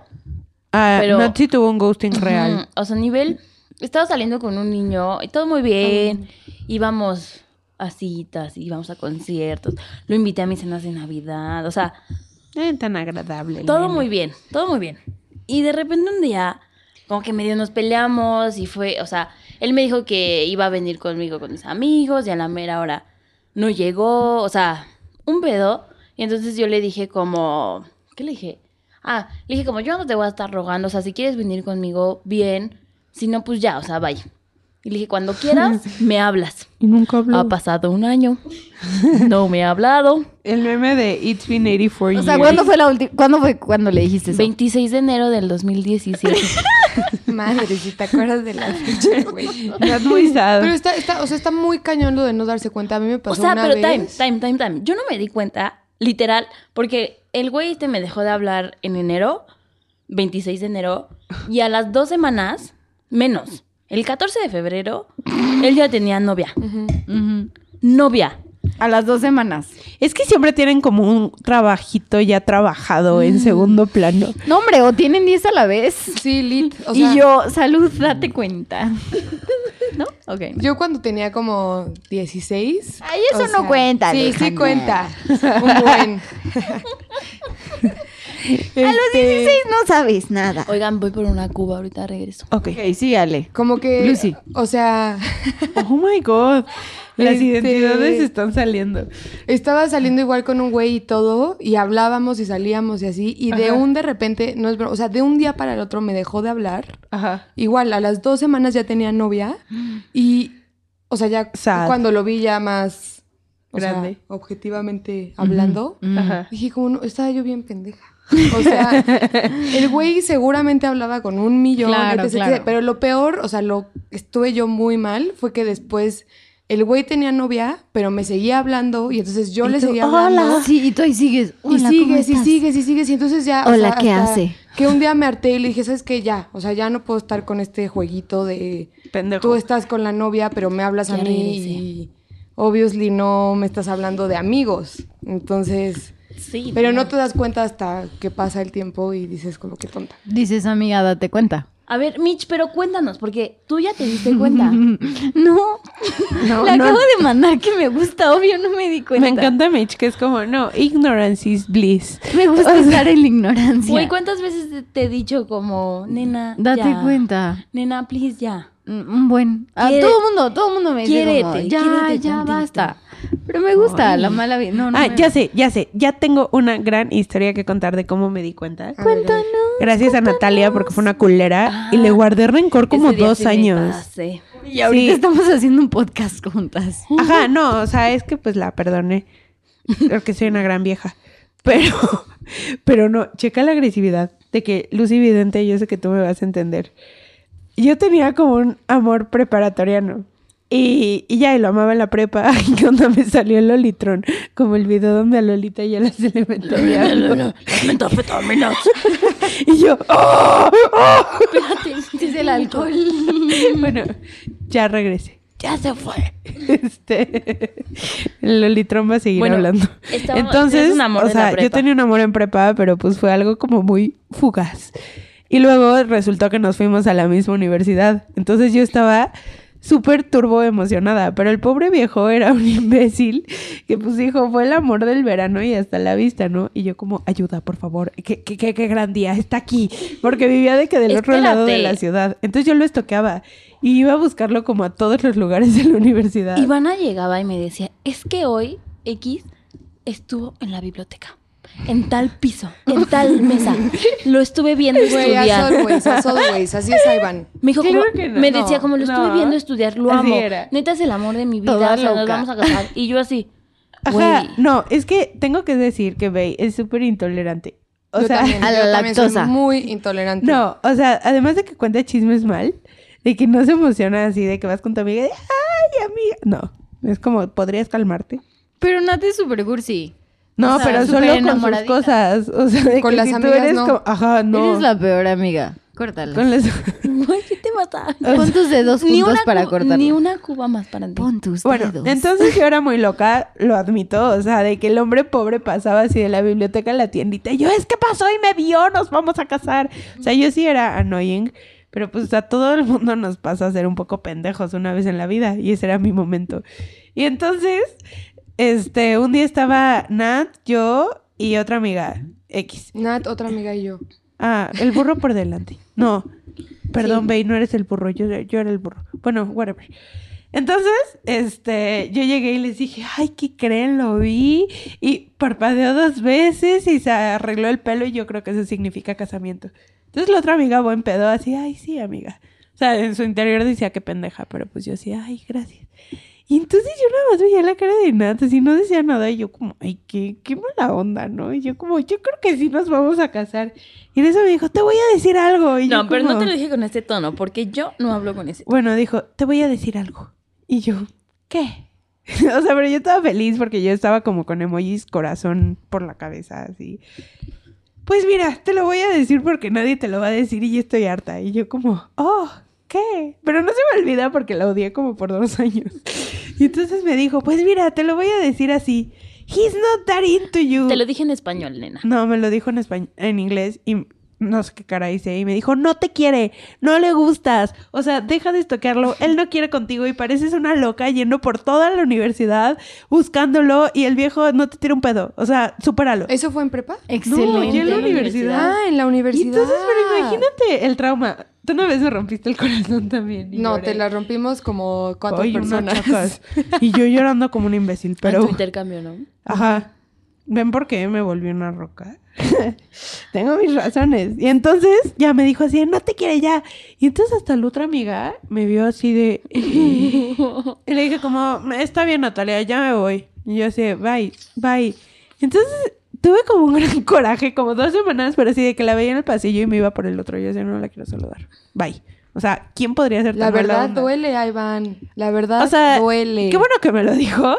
B: Ah,
C: Pero-
B: Nachi tuvo un ghosting real.
C: O sea, nivel. Estaba saliendo con un niño y todo muy bien. Íbamos a citas, íbamos a conciertos. Lo invité a mis cenas de Navidad. O sea,
B: Eh, tan agradable.
C: todo muy bien, todo muy bien. Y de repente un día, como que medio nos peleamos y fue, o sea, él me dijo que iba a venir conmigo con mis amigos y a la mera hora no llegó, o sea, un pedo. Y entonces yo le dije como, ¿qué le dije? Ah, le dije como, yo no te voy a estar rogando, o sea, si quieres venir conmigo, bien. Si no, pues ya, o sea, bye. Y le dije, cuando quieras, me hablas.
B: Y nunca habló.
C: Ha pasado un año, no me ha hablado.
B: El meme de It's been 84
D: O sea,
B: years.
D: ¿cuándo fue la última? ¿Cuándo fue cuando le dijiste eso?
C: 26 de enero del 2017.
E: Madre, si te acuerdas de la fecha, güey.
B: Not muy sad.
E: Pero está, está, o sea, está muy cañón lo de no darse cuenta. A mí me
C: O
E: pasó
C: sea,
E: una
C: pero
E: vez.
C: time, time, time, time. Yo no me di cuenta, literal, porque el güey este me dejó de hablar en enero, 26 de enero, y a las dos semanas, menos, el 14 de febrero, él ya tenía novia.
D: Ujú.
C: Novia.
D: A las dos semanas.
B: Es que siempre tienen como un trabajito ya trabajado en segundo plano.
D: No, hombre, o tienen 10 a la vez.
E: Sí, lit. O sea,
D: y
E: yo...
D: yo, salud, date cuenta. ¿No? Ok.
E: cuando tenía como 16.
D: Ay,
E: o
D: eso no cuenta,
E: Sí, sí
D: Alejandra.
E: cuenta. Un buen.
D: A
E: Este,
D: los 16 no sabes nada.
C: Oigan, voy por una cuba, ahorita regreso.
B: Ok.
D: sí, Ale.
E: Como que.
D: Lucy.
E: O sea.
B: Oh my god. Las
E: Este-
B: identidades están saliendo.
E: Estaba saliendo igual con un güey y todo, y hablábamos y salíamos y así, y de un de repente, no es broma, o sea, de un día para el otro me dejó de hablar.
B: Ajá.
E: Igual, a las dos semanas ya tenía novia, y, o sea, ya
B: Sad.
E: cuando lo vi ya más o sea,
B: Grande.
E: objetivamente hablando,
B: Ajá.
E: dije como, no, estaba yo bien pendeja. O sea, el güey seguramente hablaba con un millón,
D: Claro,
E: etc,
D: claro.
E: pero lo peor, o sea, lo estuve yo muy mal, fue que después el güey tenía novia, pero me seguía hablando y entonces yo le seguía hablando.
D: Sí, y tú ahí sigues.
E: Y sigues, y sigues, y sigues, y entonces ya... o
D: Hola, ¿qué
E: hasta
D: hace?
E: Que un día me harté y le dije, ¿sabes qué? Ya, o sea, ya no puedo estar con este jueguito de...
B: Pendejo.
E: Tú estás con la novia, pero me hablas a
C: Ya
E: mí
C: regresé.
E: y... Obviously no me estás hablando de amigos, entonces...
C: Sí.
E: Pero no te das cuenta hasta que pasa el tiempo y dices como que tonta.
D: Dices, amiga, date cuenta.
C: A ver, Mitch, pero cuéntanos, porque tú ya te diste cuenta.
D: No.
B: No,
D: Le
B: no.
D: acabo de mandar que me gusta, obvio, no me di cuenta.
B: Me encanta Mitch, que es como, no, ignorance is bliss.
D: Me gusta estar en la ignorancia.
C: Güey, ¿cuántas veces te- te he dicho como, nena,
D: date
C: ya.
D: cuenta.
C: Nena, please, ya.
D: Mm, Un buen. A
C: Quiere-
D: todo mundo, todo mundo me dice
C: Quiérete,
D: como, ya,
C: quiérete
D: ya
C: tantito".
D: basta. Pero me gusta la mala vida. No, no
B: ah,
D: me-
B: ya sé, ya sé. Ya tengo una gran historia que contar de cómo me di cuenta.
E: A ver, a ver.
D: Cuéntanos.
B: Gracias a Natalia porque fue una culera y le guardé rencor como
C: Ese día
B: dos
C: sí me
B: años.
C: pasé.
D: Y ahorita
B: Sí.
D: estamos haciendo un podcast juntas.
B: Ajá, no, o sea, es que pues la perdoné. Creo que soy una gran vieja. Pero, pero no, checa la agresividad de que Lucy Vidente, yo sé que tú me vas a entender. Yo tenía como un amor preparatoriano. Y, y ya, y lo amaba en la prepa. Y cuando me salió el Lolitron, como el video donde a Lolita ya las elementó diablo. Y yo, ¡oh! ¡oh!
C: Es el alcohol.
B: bueno, ya regresé.
C: Ya se fue.
B: Este, el Lolitron va a seguir
C: Bueno,
B: hablando.
C: estaba-
B: Entonces,
C: tenías un amor
B: o
C: en la
B: sea, yo
C: prepa.
B: tenía un amor en prepa, pero pues fue algo como muy fugaz. Y luego resultó que nos fuimos a la misma universidad. Entonces yo estaba súper turbo emocionada, pero el pobre viejo era un imbécil que pues dijo, fue el amor del verano y hasta la vista, ¿no? Y yo como, ayuda, por favor, qué, qué, qué, qué gran día, está aquí, porque vivía de que del otro lado de
C: Espérate.
B: la ciudad. Entonces yo lo estoqueaba y iba a buscarlo como a todos los lugares de la universidad.
C: Ivana llegaba y me decía, es que hoy X estuvo en la biblioteca, en tal piso, en tal mesa. Lo estuve viendo
E: Güey, as
C: estudiar.
E: always, as always. Así es, Iván.
C: Me dijo,
B: Claro
C: como-
B: que no.
C: me decía como lo
B: No.
C: estuve viendo estudiar, lo
B: Así
C: amo.
B: era.
C: Neta es el amor de mi vida,
E: Toda
C: o sea, nos
E: loca.
C: vamos a casar. Y yo así,
B: Ajá,
C: güey,
B: no, es que tengo que decir que Bey es súper intolerante. O
E: Yo
B: sea,
E: también,
C: a la
E: yo también soy
C: lactosa.
E: muy intolerante.
B: no, o sea, además de que cuenta chismes mal, de que no se emociona así, de que vas con tu amiga y de, ay, amiga. No, es como, podrías calmarte.
D: Pero Nat es super cursi.
B: No,
D: O sea,
B: pero
D: súper
B: solo con sus
D: enamoradita.
B: cosas. O sea, de
E: Con
B: que
E: las
B: si
E: amigas,
B: tú eres
E: no.
B: como, ajá, no.
D: Eres la peor amiga. Córtala.
B: Con las...
C: güey, ¿qué te mata?
D: Pon tus dedos juntos para cortarla.
C: Ni una cuba más para ti.
D: Pon tus
B: Bueno,
D: dedos.
B: entonces yo era muy loca, lo admito, o sea, de que el hombre pobre pasaba así de la biblioteca a la tiendita, y yo, es que pasó y me vio, nos vamos a casar. O sea, yo sí era annoying, pero pues a todo el mundo nos pasa a ser un poco pendejos una vez en la vida, y ese era mi momento. Y entonces, este, un día estaba Nat, yo y otra amiga, X.
E: Nat, otra amiga y yo.
B: Ah, el burro por delante. No, perdón, Bey, no eres el burro, yo, yo era el burro. Bueno, whatever. Entonces, este, yo llegué y les dije, ay, ¿qué creen? Lo vi. Y parpadeó dos veces y se arregló el pelo y yo creo que eso significa casamiento. Entonces la otra amiga, buen pedo, así, ay, sí, amiga. O sea, en su interior decía que pendeja, pero pues yo así, ay, gracias. Y entonces yo nada más veía la cara de Nat, así no decía nada, y yo como, ay, qué, qué mala onda, ¿no? Y yo como, yo creo que sí nos vamos a casar. Y en eso me dijo, te voy a decir algo. Y yo
C: No, pero no
B: como-
C: te lo dije con este tono, porque yo no hablo con ese.
B: bueno, dijo, te voy a decir algo. Y yo, ¿qué? o sea, pero yo estaba feliz porque yo estaba como con emojis corazón por la cabeza, así. Pues mira, te lo voy a decir porque nadie te lo va a decir y yo estoy harta. Y yo como, oh, ¿qué? Pero no se me olvida porque la odié como por dos años. Y entonces me dijo, pues mira, te lo voy a decir así. He's not that into you.
C: Te lo dije en español, nena.
B: No, me lo dijo en español, en inglés y no sé qué cara hice y me dijo, "No te quiere, no le gustas." O sea, deja de estoquearlo, él no quiere contigo y pareces una loca yendo por toda la universidad buscándolo y el viejo no te tira un pedo. O sea, supéralo.
E: ¿Eso fue en prepa?
D: Excelente.
B: No, yo en la
C: en la
B: universidad.
E: Ah, en la
B: Y
E: universidad.
B: entonces, pero imagínate el trauma. Tú una vez me rompiste el corazón también. y
E: No,
B: lloré.
E: te la rompimos como cuatro
B: Ay, unas chacas.
E: personas.
B: Y yo llorando como un imbécil,
C: En
B: pero
C: tu intercambio, ¿no?
B: Ajá. ¿Ven por qué me volví una roca? Tengo mis razones. Y entonces ya me dijo así, no te quiere ya. Y entonces hasta la otra amiga me vio así de... y le dije como, está bien Natalia, ya me voy. Y yo así, de, bye, bye. Y entonces tuve como un gran coraje, como dos semanas, pero así de que la veía en el pasillo y me iba por el otro. Yo así, no la quiero saludar. Bye. O sea, ¿quién podría ser tan
E: La
B: mala
E: verdad
B: onda?
E: duele, Iván. La verdad
B: O sea,
E: duele.
B: qué bueno que me lo dijo.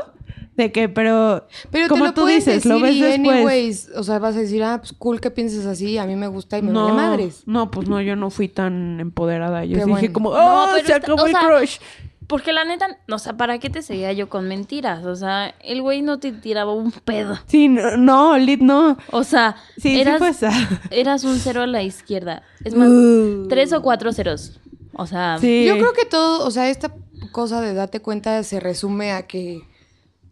B: De que, pero...
E: Pero
B: como
E: te lo
B: tú
E: puedes
B: dices,
E: decir
B: lo ves
E: y
B: después.
E: anyways, o sea, vas a decir, ah, pues cool que pienses así, a mí me gusta y me vale madres.
B: No, pues no, yo no fui tan empoderada. Yo
E: Qué
B: sí dije
E: bueno.
B: como,
C: No,
B: ¡oh,
C: pero
B: se
C: está-
B: acabó
C: o sea,
B: el crush!
C: Porque la neta, o sea, ¿para qué te seguía yo con mentiras? O sea, el güey no te tiraba un pedo.
B: Sí, no, no, Lid, no.
C: O sea,
B: Sí,
C: eras,
B: sí pasa.
C: eras un cero a la izquierda. Es más,
B: Uh.
C: tres o cuatro ceros. O sea,
B: Sí.
E: Yo creo que todo, o sea, esta cosa de date cuenta se resume a que,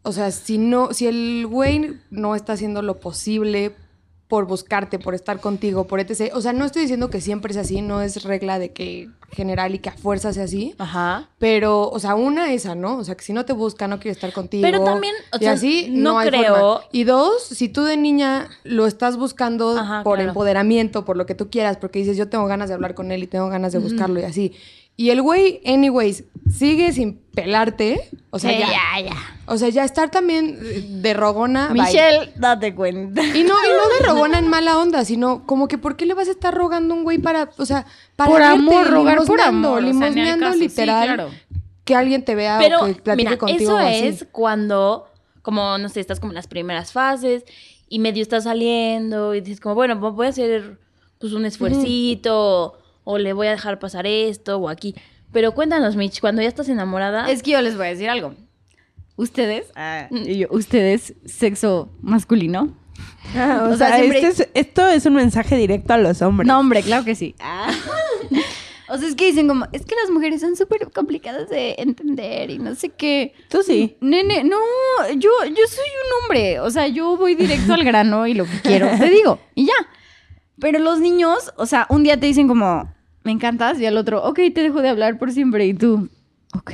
E: o sea, si no, si el güey no está haciendo lo posible por buscarte, por estar contigo, por etc. O sea, no estoy diciendo que siempre es así, no es regla de que general y que a fuerza sea así.
C: ajá.
E: Pero, o sea, una esa, ¿no? O sea, que si no te busca, no quiere estar contigo.
C: Pero también, o
E: y
C: sea,
E: así,
C: no
E: no, hay
C: creo-
E: forma. Y dos, si tú de niña lo estás buscando
C: Ajá,
E: por
C: claro.
E: empoderamiento, por lo que tú quieras, porque dices, yo tengo ganas de hablar con él y tengo ganas de buscarlo y así. Y el güey, anyways, sigue sin pelarte, o sea, ya,
C: ya, ya.
E: o sea, ya estar también eh, de rogona, bye.
C: Michelle, date cuenta.
E: Y no, y no de rogona en mala onda, sino como que ¿por qué le vas a estar rogando a un güey para, o sea, para
D: Por
E: verte,
D: amor, rogar por
E: limosneando,
D: amor, o sea, ni al
E: limosneando
D: caso, sí,
E: literal,
D: claro.
E: que alguien te
B: Ah,
E: vea o
C: Pero,
E: que platique
C: mira,
E: contigo.
C: eso
E: o así.
C: es cuando, como, no sé, estás como en las primeras fases y medio estás saliendo y dices como, bueno, vo- voy a hacer pues un esfuercito o, o le voy a dejar pasar esto o aquí. Pero cuéntanos, Mitch, cuando ya estás enamorada...
D: Es que yo les voy a decir algo. Ustedes, y yo, ustedes, sexo masculino.
B: Ah, o,
D: O sea,
B: sea,
D: siempre-
B: este es- esto es un mensaje directo a los hombres.
D: No, hombre, claro que sí. Ah. O sea, es que dicen como, es que las mujeres son súper complicadas de entender y no sé qué.
B: Tú sí.
D: Nene, no, yo, yo soy un hombre. O sea, yo voy directo al grano y lo que quiero, te digo, y ya. Pero los niños, o sea, un día te dicen como, me encantas, y al otro, ok, te dejo de hablar por siempre, y tú, ok.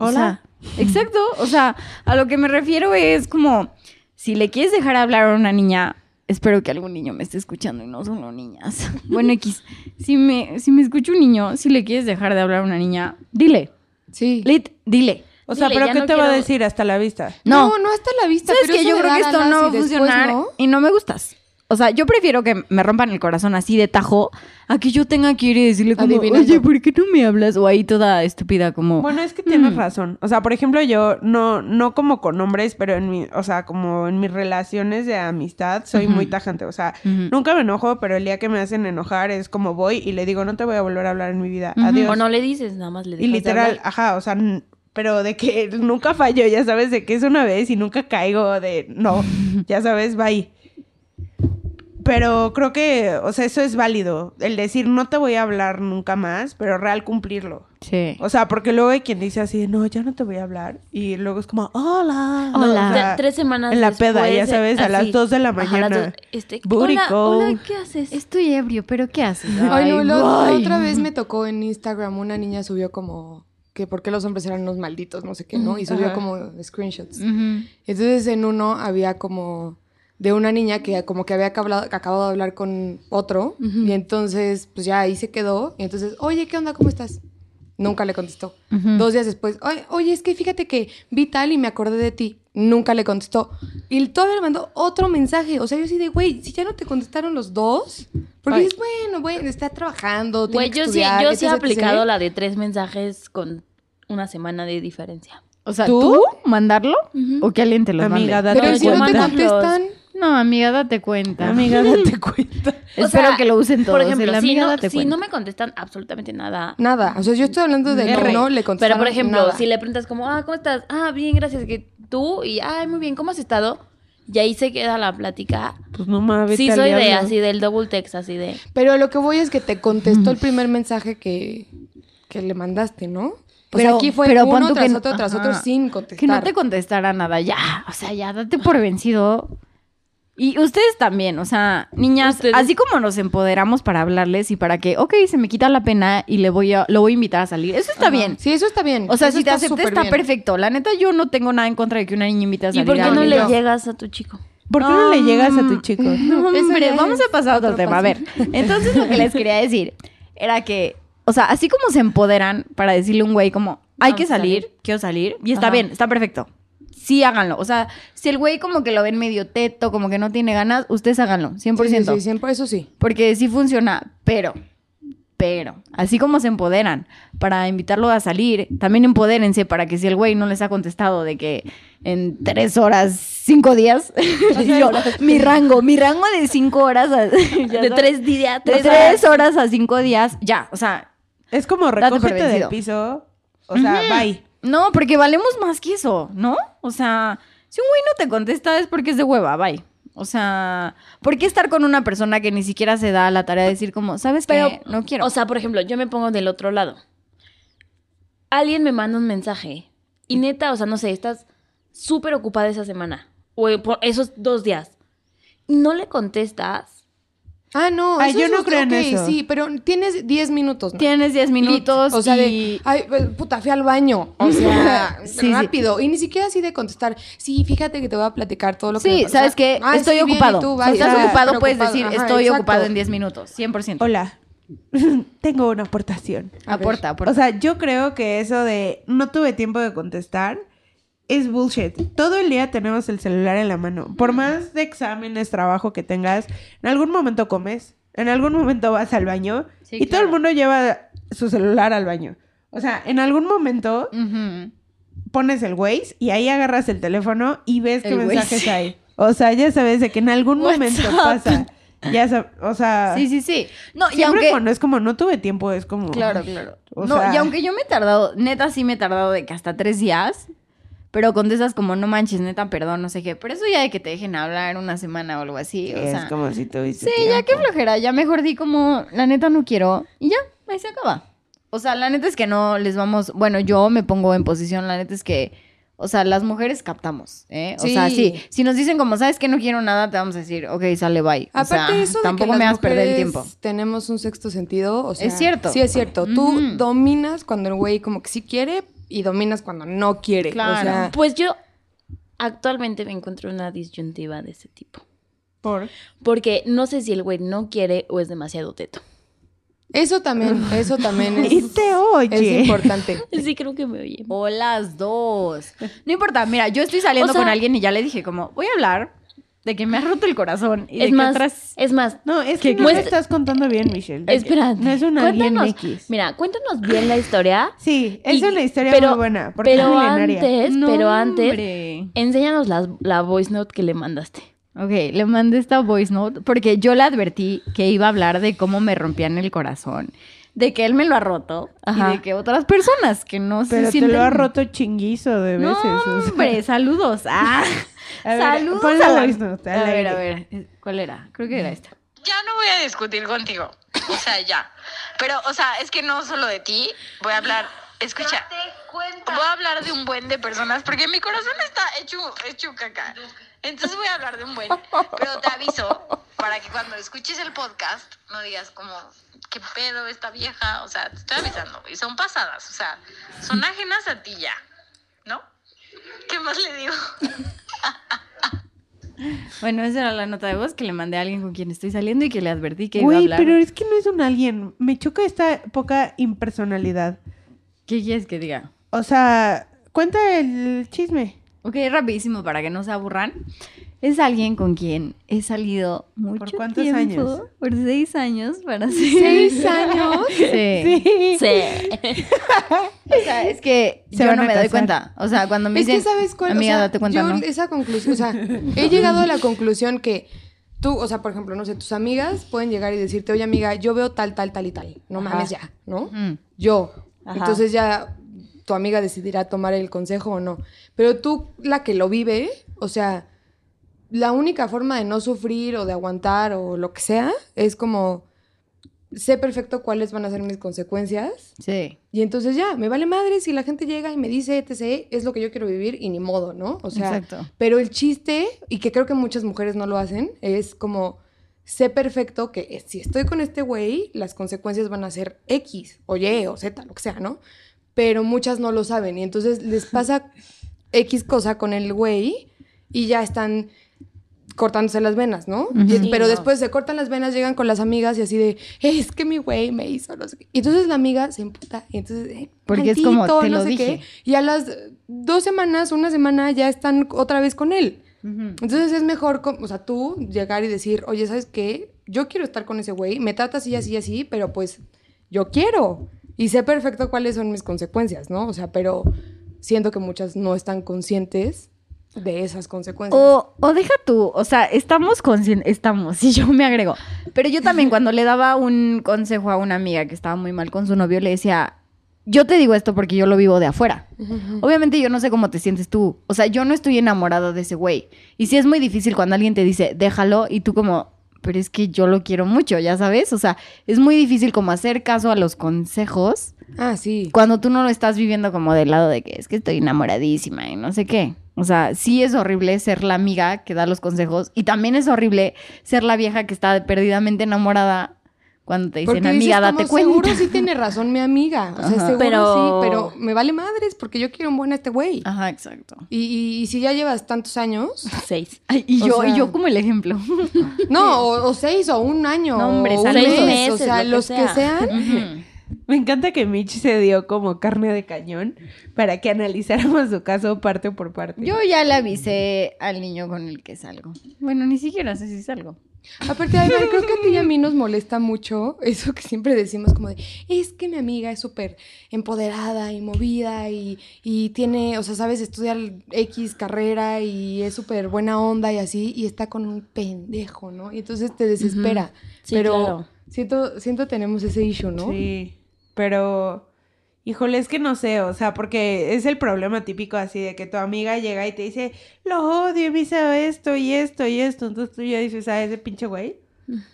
D: o
B: Hola.
D: sea, exacto. O sea, a lo que me refiero es como, si le quieres dejar hablar a una niña, espero que algún niño me esté escuchando y no solo niñas. Bueno, X, si me, si me escucha un niño, si le quieres dejar de hablar a una niña, dile,
E: Sí.
D: lit, dile.
B: O sea,
C: Dile,
B: ¿pero
C: ya
B: qué
C: no
B: te va a
C: quiero-
B: decir hasta la vista?
D: No,
E: no, hasta la vista,
D: ¿Sabes
E: pero
D: que
E: eso
D: yo
E: de
D: creo
E: dar
D: que esto
E: alas
D: no va a
E: y después
D: funcionar
E: no.
D: y no me gustas. O sea, yo prefiero que me rompan el corazón así de tajo a que yo tenga que ir y decirle como,
E: Adivinando.
D: oye, ¿por qué no me hablas? O ahí toda estúpida como...
B: Bueno,
C: Mm.
B: es que tienes razón. O sea, por ejemplo, yo no, no como con hombres, pero en mi, o sea, como en mis relaciones de amistad soy muy tajante. O sea,
D: Ujú.
B: nunca me enojo, pero el día que me hacen enojar es como voy y le digo, no te voy a volver a hablar en mi vida.
D: Ujú.
B: Adiós.
C: O no le dices, nada más le
B: y
C: dejas de
B: literal,
C: hablar.
B: ajá, o sea, n- pero de que nunca fallo, ya sabes, de que es una vez y nunca caigo de no, ya sabes, bye. Pero creo que, o sea, eso es válido. El decir no te voy a hablar nunca más, pero real cumplirlo.
D: Sí.
B: O sea, porque luego hay quien dice así, de, no, ya no te voy a hablar. Y luego es como, hola.
D: Hola.
B: ah, No, o sea,
C: Tre- tres semanas
B: En la
C: después,
B: peda, ya sabes, a las
C: así.
B: 2 de la
C: Ajá, a las
B: mañana.
C: dos. Este,
B: Booty
C: hola,
B: call. Este,
C: hola, ¿qué haces?
D: Estoy ebrio, pero ¿qué haces?
E: Ay, no, la- la
D: guay.
E: otra vez me tocó en Instagram, una niña subió como que por qué los hombres eran unos malditos, no sé qué, ¿no? Y subió
B: Ajá.
E: como screenshots.
D: Ujú.
E: Entonces en uno había como de una niña que como que había acabado, acabado de hablar con otro y entonces pues ya ahí se quedó y entonces, oye, ¿qué onda? ¿Cómo estás? Nunca le contestó. Dos días después, "Ay, oye, es que fíjate que vi tal y me acordé de ti. Nunca le contestó. Y todavía le mandó otro mensaje. O sea, yo así de, güey, si ya no te contestaron los dos, porque
D: Ay.
E: dices, bueno, bueno, está trabajando, tiene
C: Güey,
E: que
C: yo sí,
E: estudiar,
C: yo sí he
E: etc, etc".
C: aplicado la de tres mensajes con una semana de diferencia.
D: O sea, ¿tú?
E: ¿Tú?
D: mandarlo
C: Ujú.
D: o que alguien te lo
B: Amiga,
D: mande?
B: date
E: Pero si no te
B: cuenta.
C: mandan los-
E: contestan,
D: No, amiga, date cuenta.
B: Amiga, date cuenta.
C: O
D: Espero
C: sea,
D: que lo usen todos.
C: Por ejemplo,
D: el
C: si,
D: amiga,
C: no,
D: date
C: si
D: cuenta.
C: no me contestan absolutamente nada.
E: nada. O sea, yo estoy hablando de
D: R.
E: que no le contestaron
C: Pero, por ejemplo,
E: nada.
C: si le preguntas como, ah, ¿cómo estás? Ah, bien, gracias. Que tú y, ay, muy bien, ¿cómo has estado? Y ahí se queda la plática.
B: Pues no mames.
C: sí, soy de así, del double text, así de.
E: Pero lo que voy es que te contestó el primer mensaje que, que le mandaste, ¿no? O sea,
D: Pero-
E: aquí fue
D: pero pon
E: uno
D: tú
E: tras
D: que-
E: otro tras
D: ajá.
E: otro sin contestar.
D: Que no te contestara nada, ya. O sea, ya date por vencido. Y ustedes también, o sea, niñas,
C: Ustedes.
D: así como nos empoderamos para hablarles y para que, ok, se me quita la pena y le voy a, lo voy a invitar a salir. Eso está bien.
E: Sí, eso está bien.
D: O sea,
E: Eso
D: si te
E: está
D: acepta,
E: súper
D: está
E: bien.
D: perfecto. La neta, yo no tengo nada en contra de que una niña invite a salir.
C: ¿Y por
D: a
C: qué no
D: alguien.
C: le
E: no.
C: llegas a tu chico?
B: ¿Por qué no le llegas a tu
D: Mm.
B: chico?
D: No,
E: Eso
D: hombre,
E: ya
D: vamos
E: es
D: a pasar a otro,
E: otro
D: tema. A ver, entonces lo que les quería decir era que, o sea, así como se empoderan para decirle a un güey como, hay que
C: Vamos a
D: salir,
C: salir".
D: quiero salir, y está
C: Ajá.
D: bien, está perfecto. Sí, háganlo. O sea, si el güey como que lo ven medio teto, como que no tiene ganas, ustedes háganlo, 100%.
E: Sí, sí, sí, siempre, eso sí.
D: Porque sí funciona, pero, pero, así como se empoderan para invitarlo a salir, también empodérense para que si el güey no les ha contestado de que en tres horas, cinco días, yo, mi rango, mi rango de cinco horas, a- ya
C: De
D: sabes,
C: tres días,
D: de
C: tres
D: tres horas a cinco días, ya, o sea,
B: Es como
D: Date por
B: recógete del
D: vencido.
B: piso. O sea, bye.
D: no, porque valemos más que eso, ¿no? O sea, si un güey no te contesta es porque es de hueva, bye. O sea, ¿por qué estar con una persona que ni siquiera se da la tarea de decir como, sabes
C: Pero,
D: que no quiero?
C: O sea, por ejemplo, yo me pongo del otro lado. Alguien me manda un mensaje y neta, o sea, no sé, estás súper ocupada esa semana o eh, por esos dos días y no le contestas.
E: Ah, no.
B: Ay,
E: eso
B: yo
E: es
B: no
E: justo-
B: creo en
E: ok,
B: eso.
E: Sí, pero tienes 10 minutos. ¿no?
D: Tienes 10 minutos
E: O sea,
D: y-
E: de, ay, pues, puta, fui al baño. O sea,
D: Sí, sí.
E: rápido. Y ni siquiera así de contestar. Sí, fíjate que te voy a platicar todo lo que
D: Sí,
E: me pasó".
D: ¿sabes qué?
E: Ah,
D: estoy
E: sí, bien,
D: ocupado.
E: y tú,
D: Si
E: bye.
D: estás
E: O sea,
D: ocupado, puedes
E: preocupado.
D: decir,
E: Ajá,
D: estoy
E: exacto.
D: ocupado en 10 minutos, 100%.
B: Hola. tengo una aportación.
D: Aporta, aporta.
B: O sea, yo creo que eso de no tuve tiempo de contestar es bullshit. Todo el día tenemos el celular en la mano. Por más de exámenes, trabajo que tengas, en algún momento comes, en algún momento vas al baño
C: Sí,
B: y todo
C: claro.
B: el mundo lleva su celular al baño. O sea, en algún momento
D: Ujú.
B: pones el Waze y ahí agarras el teléfono y ves qué
D: El
B: mensajes
D: Waze.
B: hay. O sea, ya sabes de que en algún momento
D: WhatsApp.
B: pasa. Ya sab- o
E: ah.
B: sea,
D: Sí, sí, sí. No, y
B: siempre
D: aunque...
B: cuando es como no tuve tiempo, es como...
D: Claro, claro.
B: O
D: no,
B: sea-
D: y aunque yo me he tardado, neta sí me he tardado de que hasta tres días, pero contestas como, no manches, neta, perdón, no sé qué. Pero eso ya de que te dejen hablar una semana o algo así, o
B: es
D: sea.
B: como si tuviste
D: Sí, ya
B: tiempo.
D: qué flojera, ya mejor di como, la neta no quiero, y ya, ahí se acaba. O sea, la neta es que no les vamos, bueno, yo me pongo en posición, la neta es que, o sea, las mujeres captamos, ¿eh? O sea,
E: Sí.
D: sí, si nos dicen como, sabes que no quiero nada, te vamos a decir, ok, sale, bye. O sea,
E: Aparte de eso, de
D: tampoco
E: que
D: me
E: las
D: hagas perder el
E: mujeres
D: tiempo.
E: Tenemos un sexto sentido. o sea,
D: Es cierto.
E: Sí, es cierto.
D: Ujú.
E: Tú dominas cuando el güey como que sí quiere y dominas cuando no quiere.
D: Claro.
E: O sea,
C: Pues yo actualmente me encuentro en una disyuntiva de ese tipo.
B: Por...
C: Porque no sé si el güey no quiere o es demasiado teto.
E: eso también, eso también es,
B: Y te oye.
E: es importante.
C: Sí, creo que me oye.
D: O las dos. No importa, mira, yo estoy saliendo
C: O sea-
D: con alguien y ya le dije como, voy a hablar de que me ha roto el corazón. Y de
C: Es
D: que
C: más,
D: otras-
C: es más,
B: No, es
C: ¿Qué-
B: que no
C: qué?
B: lo estás contando bien, Michelle.
C: espérate.
B: No es una bien
C: cuéntanos,
B: X.
C: Mira, cuéntanos bien la historia.
B: Sí, es
C: Y-
B: una historia
C: pero-
B: muy buena. Porque
C: pero
B: es milenaria.
C: antes,
D: No,
C: pero antes,
D: hombre.
C: enséñanos la, la voice note que le mandaste.
D: Ok, le mandé esta voice note porque yo le advertí que iba a hablar de cómo me rompían el corazón, de que él me lo ha roto
C: Ajá.
D: y de que otras personas que no
B: Pero
D: se
B: te
D: sienten...
B: lo ha roto chinguizo de
D: No,
B: veces. o sea.
D: hombre, saludos. Ah,
B: A ver,
D: saludos.
B: pon la
D: a la-
B: voice note al
D: a ver,
B: aire.
D: a ver, eh, ¿cuál era? Creo que era esta.
F: ya no voy a discutir contigo. O sea, ya. Pero, o sea, es que no solo de ti. Voy a hablar. Escucha. Voy a hablar de un buen de personas porque mi corazón está hecho, hecho caca. Entonces voy a hablar de un buen. Pero te aviso para que cuando escuches el podcast no digas como, qué pedo esta vieja. O sea, te estoy avisando. Y son pasadas. O sea, son ajenas a ti ya. ¿No? ¿Qué más le digo?
D: Bueno, esa era la nota de voz que le mandé a alguien con quien estoy saliendo y que le advertí que iba a
B: Güey,
D: hablar.
B: pero es que no es un alguien. Me choca esta poca impersonalidad.
D: ¿Qué quieres que diga?
B: O sea, cuenta el chisme.
D: Ok, rapidísimo para que no se aburran. Es alguien con quien he salido mucho
B: ¿Por cuántos
D: tiempo,
B: años?
D: Por seis años, para ser-
E: ¿Seis años?
D: Sí.
B: Sí.
D: O sea, es que
B: Se
D: yo
B: van
D: no
B: a
D: me doy
B: casar.
D: cuenta. O sea, cuando me
E: Es
D: dicen,
E: que sabes cuál,
D: amiga,
E: o sea,
D: date cuenta,
E: yo
D: ¿no?
E: esa conclusión, o sea, he llegado a la conclusión que tú, o sea, por ejemplo, no sé, tus amigas pueden llegar y decirte, oye amiga, yo veo tal, tal, tal y tal, no
D: Ajá.
E: mames ya, ¿no?
D: Mm.
E: Yo.
D: Ajá.
E: Entonces ya tu amiga decidirá tomar el consejo o no. Pero tú, la que lo vive, o sea, la única forma de no sufrir o de aguantar o lo que sea, es como, sé perfecto cuáles van a ser mis consecuencias
D: Sí.
E: y entonces ya, me vale madre si la gente llega y me dice, etc., es lo que yo quiero vivir y ni modo, ¿no? O sea,
D: Exacto.
E: pero el chiste, y que creo que muchas mujeres no lo hacen, es como, sé perfecto que eh, si estoy con este güey, las consecuencias van a ser X, o Y, o Z, lo que sea, ¿no? Pero muchas no lo saben y entonces les pasa X cosa con el güey y ya están cortándose las venas, ¿no? Y-
D: Ujú.
E: pero
C: Sí, no.
E: después se cortan las venas, llegan con las amigas y así de, es que mi güey me hizo, no sé qué. Y entonces la amiga se emputa y entonces, "Eh,
D: Porque es como,
E: tantito,
D: "Te lo
E: sé
D: dije".
E: qué". Y a las eh, dos semanas, una semana, ya están otra vez con él. Entonces es mejor, co- o sea, tú llegar y decir, oye, ¿sabes qué? Yo quiero estar con ese güey, me trata así, así, así, pero pues yo quiero. Y sé perfecto cuáles son mis consecuencias, ¿no? O sea, pero siento que muchas no están conscientes de esas consecuencias.
D: O, o deja tú, o sea, estamos conscientes, estamos, y yo me agrego. Pero yo también cuando le daba un consejo a una amiga que estaba muy mal con su novio, le decía, yo te digo esto porque yo lo vivo de afuera. Obviamente yo no sé cómo te sientes tú, o sea, yo no estoy enamorada de ese güey. Y sí es muy difícil cuando alguien te dice, déjalo, y tú como, pero es que yo lo quiero mucho, ya sabes, o sea, es muy difícil como hacer caso a los consejos
E: Ah, sí.
D: cuando tú no lo estás viviendo como del lado de que es que estoy enamoradísima y no sé qué. O sea, sí es horrible ser la amiga que da los consejos y también es horrible ser la vieja que está perdidamente enamorada Cuando te dicen,
E: Porque
D: amiga,
E: dices como,
D: date cuenta.
E: Seguro sí tiene razón mi amiga. O sea,
D: Ajá.
E: seguro
C: Pero-
E: sí, pero me vale madres porque yo quiero un buen a este güey.
D: Ajá, exacto.
E: Y, y- y si ya llevas tantos años,
C: Seis.
D: Ay, y
E: O
D: yo, y
E: sea-
D: yo como el ejemplo.
E: no, o, o seis o un año,
D: No, hombre,
E: o un
D: seis
E: mes, o
C: meses, lo
E: sea,
C: que
E: los que
C: sea.
E: sean,
D: Ujú.
B: Me encanta que Mitch se dio como carne de cañón para que analizáramos su caso parte por parte.
D: Yo ya
E: pues,
D: le avisé al niño con el que salgo. Bueno, ni siquiera sé si salgo.
E: Aparte, además, creo que a ti y a mí nos molesta mucho eso que siempre decimos como de, es que mi amiga es súper empoderada y movida y, y tiene, o sea, sabes, estudia X carrera y es súper buena onda y así, y está con un pendejo, ¿no? Y entonces te desespera.
C: Sí,
E: Pero
C: claro.
E: siento, siento tenemos ese issue, ¿no?
B: Sí, pero híjole, es que no sé, o sea, porque es el problema típico así de que tu amiga llega y te dice, lo odio, me hizo esto y esto y esto, entonces tú ya dices, ah, ese pinche güey.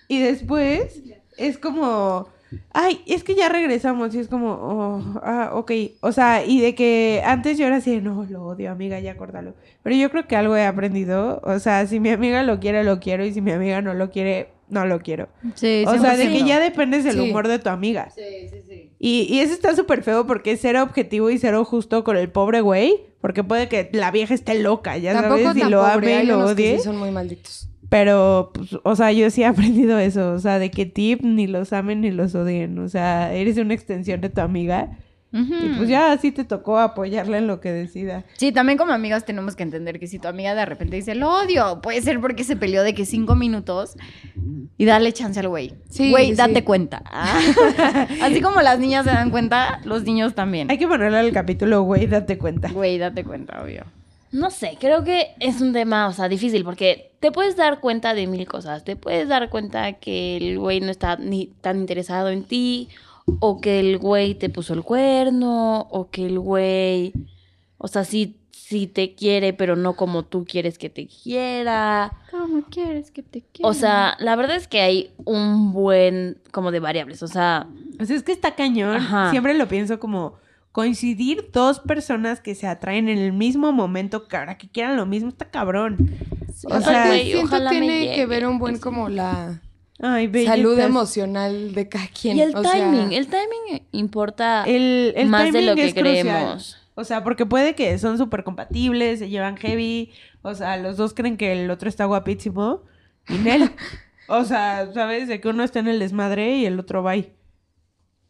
B: Y después es como, ay, es que ya regresamos y es como, oh, ah, ok, o sea, y de que antes yo era así, de, no, lo odio, amiga, ya acórdalo. Pero yo creo que algo he aprendido, o sea, si mi amiga lo quiere, lo quiero, y si mi amiga no lo quiere, no lo quiero.
D: Sí,
B: O sea, de que ya dependes del
E: Sí.
B: humor de tu amiga. Y, y eso está súper feo porque es cero objetivo y cero justo con el pobre güey. Porque puede que la vieja esté loca, ya sabes, y
E: tan
B: lo
E: pobre,
B: ame y
E: hay
B: lo
E: unos que sí
B: odie.
E: son muy malditos.
B: Pero, pues, o sea, yo sí he aprendido eso. O sea, de que tip ni los amen ni los odien. O sea, eres una extensión de tu amiga. Y
E: Mm.
B: pues ya así te tocó apoyarla en lo que decida.
D: Sí, también como amigas tenemos que entender que si tu amiga de repente dice lo odio, puede ser porque se peleó de que cinco minutos y dale chance al güey.
E: Sí,
D: güey,
E: sí,
D: date
E: sí.
D: cuenta. Ah. Así como las niñas se dan cuenta, los niños también.
B: Hay que ponerle al capítulo, güey, date cuenta.
D: Güey, date cuenta, obvio.
C: No sé, creo que es un tema, o sea, difícil, porque te puedes dar cuenta de mil cosas. Te puedes dar cuenta que el güey no está ni tan interesado en ti, o que el güey te puso el cuerno, o que el güey, o sea, sí, sí te quiere, pero no como tú quieres que te quiera.
D: ¿Cómo quieres que te quiera?
C: O sea, la verdad es que hay un buen, como de variables, o sea,
B: O sea, es que está cañón.
C: Ajá.
B: Siempre lo pienso como coincidir dos personas que se atraen en el mismo momento, cara, que quieran lo mismo, está cabrón. O sea,
E: O sea,
C: güey,
E: siento
C: ojalá me
E: tiene que
C: llegue,
E: ver un buen
C: eso.
E: como la
B: Ay, bella,
E: salud
B: estás-
E: emocional de cada quien.
C: Y el
E: o sea,
C: timing, el timing importa
B: El, el
C: más de
B: timing
C: lo que
B: es crucial.
C: creemos.
B: O sea, porque puede que son súper compatibles, se llevan heavy, o sea, los dos creen que el otro está guapísimo y Nel. o sea, ¿sabes? De que uno está en el desmadre y el otro va ahí.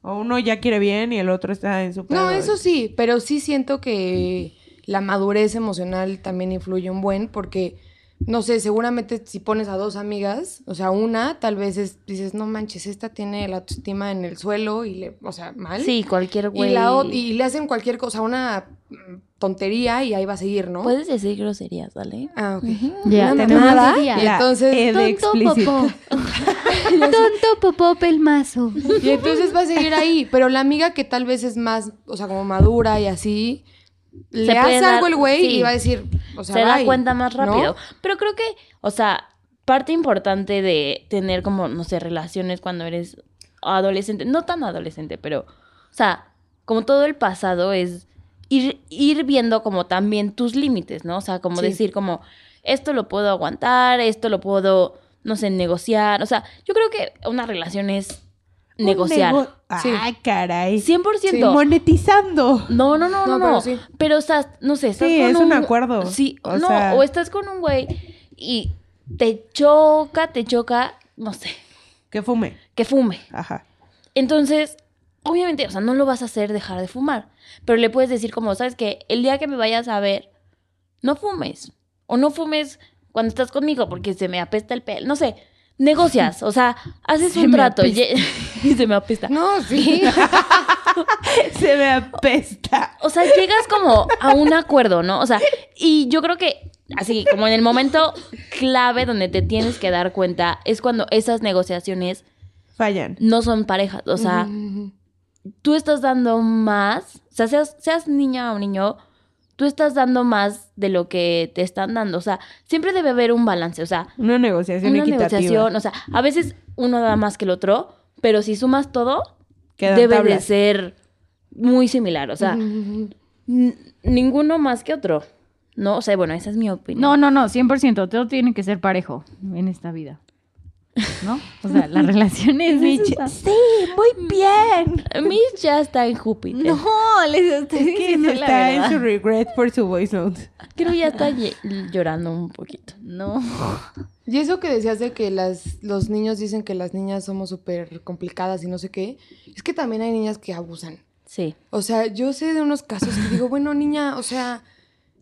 B: O uno ya quiere bien y el otro está en su
E: No,
B: pedo.
E: eso sí, pero sí siento que la madurez emocional también influye un buen, porque, no sé, seguramente si pones a dos amigas, o sea, una, tal vez es- dices, no manches, esta tiene la autoestima en el suelo y le, o sea, mal.
C: Sí, cualquier
E: Y,
C: güey.
E: la ot- y le hacen cualquier cosa, una mm, tontería y ahí va a seguir, ¿no?
C: Puedes decir groserías, ¿vale?
E: Ah, ok.
D: Ya,
E: Una
D: tenemos
E: mamada,
D: un
E: y
D: día.
E: entonces,
D: Tonto popó pelmazo.
E: y entonces va a seguir ahí. Pero la amiga que tal vez es más, o sea, como madura y así, le
C: puede
E: hace
C: dar-
E: algo el güey
C: sí.
E: y va a decir, o sea,
C: se da
E: bye,
C: cuenta más
E: ¿no?
C: rápido. Pero creo que, o sea, parte importante de tener como, no sé, relaciones cuando eres adolescente, no tan adolescente, pero, o sea, como todo el pasado es ir, ir viendo como también tus límites, ¿no? O sea, como
E: Sí.
C: decir como, esto lo puedo aguantar, esto lo puedo, no sé, negociar. O sea, yo creo que una relación es
B: Un
C: negociar.
B: nego- Ay, caray.
C: 100%.
B: Sí, monetizando.
C: No, no, no, no,
E: No,
C: no.
E: pero
C: Pero,
E: sí.
C: estás, no sé, estás
B: Sí,
C: con
B: es un acuerdo.
C: Sí,
B: O
C: no,
B: sea-
C: o estás con un güey y te choca, te choca, no sé,
B: Que fume.
C: que fume.
B: Ajá.
C: Entonces, obviamente, o sea, no lo vas a hacer dejar de fumar, pero le puedes decir como, sabes que el día que me vayas a ver, no fumes o no fumes cuando estás conmigo porque se me apesta el pelo, no sé. Negocias, o sea, haces
D: Se
C: un
D: me
C: trato y, y se me apesta.
E: No, sí.
B: Se me apesta.
C: O sea, llegas como a un acuerdo, ¿no? O sea, y yo creo que así como en el momento clave donde te tienes que dar cuenta es cuando esas negociaciones
B: Fallan.
C: no son parejas. O sea,
E: Ujú.
C: tú estás dando más, o sea, seas, seas niña o niño, tú estás dando más de lo que te están dando. O sea, siempre debe haber un balance. O sea,
B: Una negociación
C: una
B: equitativa.
C: negociación, o sea, a veces uno da más que el otro, pero si sumas todo,
B: Quedan
C: debe de
B: tablas.
C: ser muy similar. O sea,
E: Ujú.
C: N- ninguno más que otro. No, o sea, bueno, esa es mi opinión.
D: No, no, no, 100%. Todo tiene que ser parejo en esta vida. ¿no? O sea, la relación es
B: Mitch,
D: esa.
B: sí, muy bien.
C: Mitch ya está en Júpiter.
D: No, les Oh, estoy
B: Es que
D: diciendo la
B: está en
D: verdad.
B: su regret por su voice note.
C: Creo ya está lle- llorando un poquito.
D: No.
E: Y eso que decías de que las, los niños dicen que las niñas somos súper complicadas y no sé qué, es que también hay niñas que abusan.
C: Sí.
E: O sea, yo sé de unos casos que digo, bueno, niña, o sea,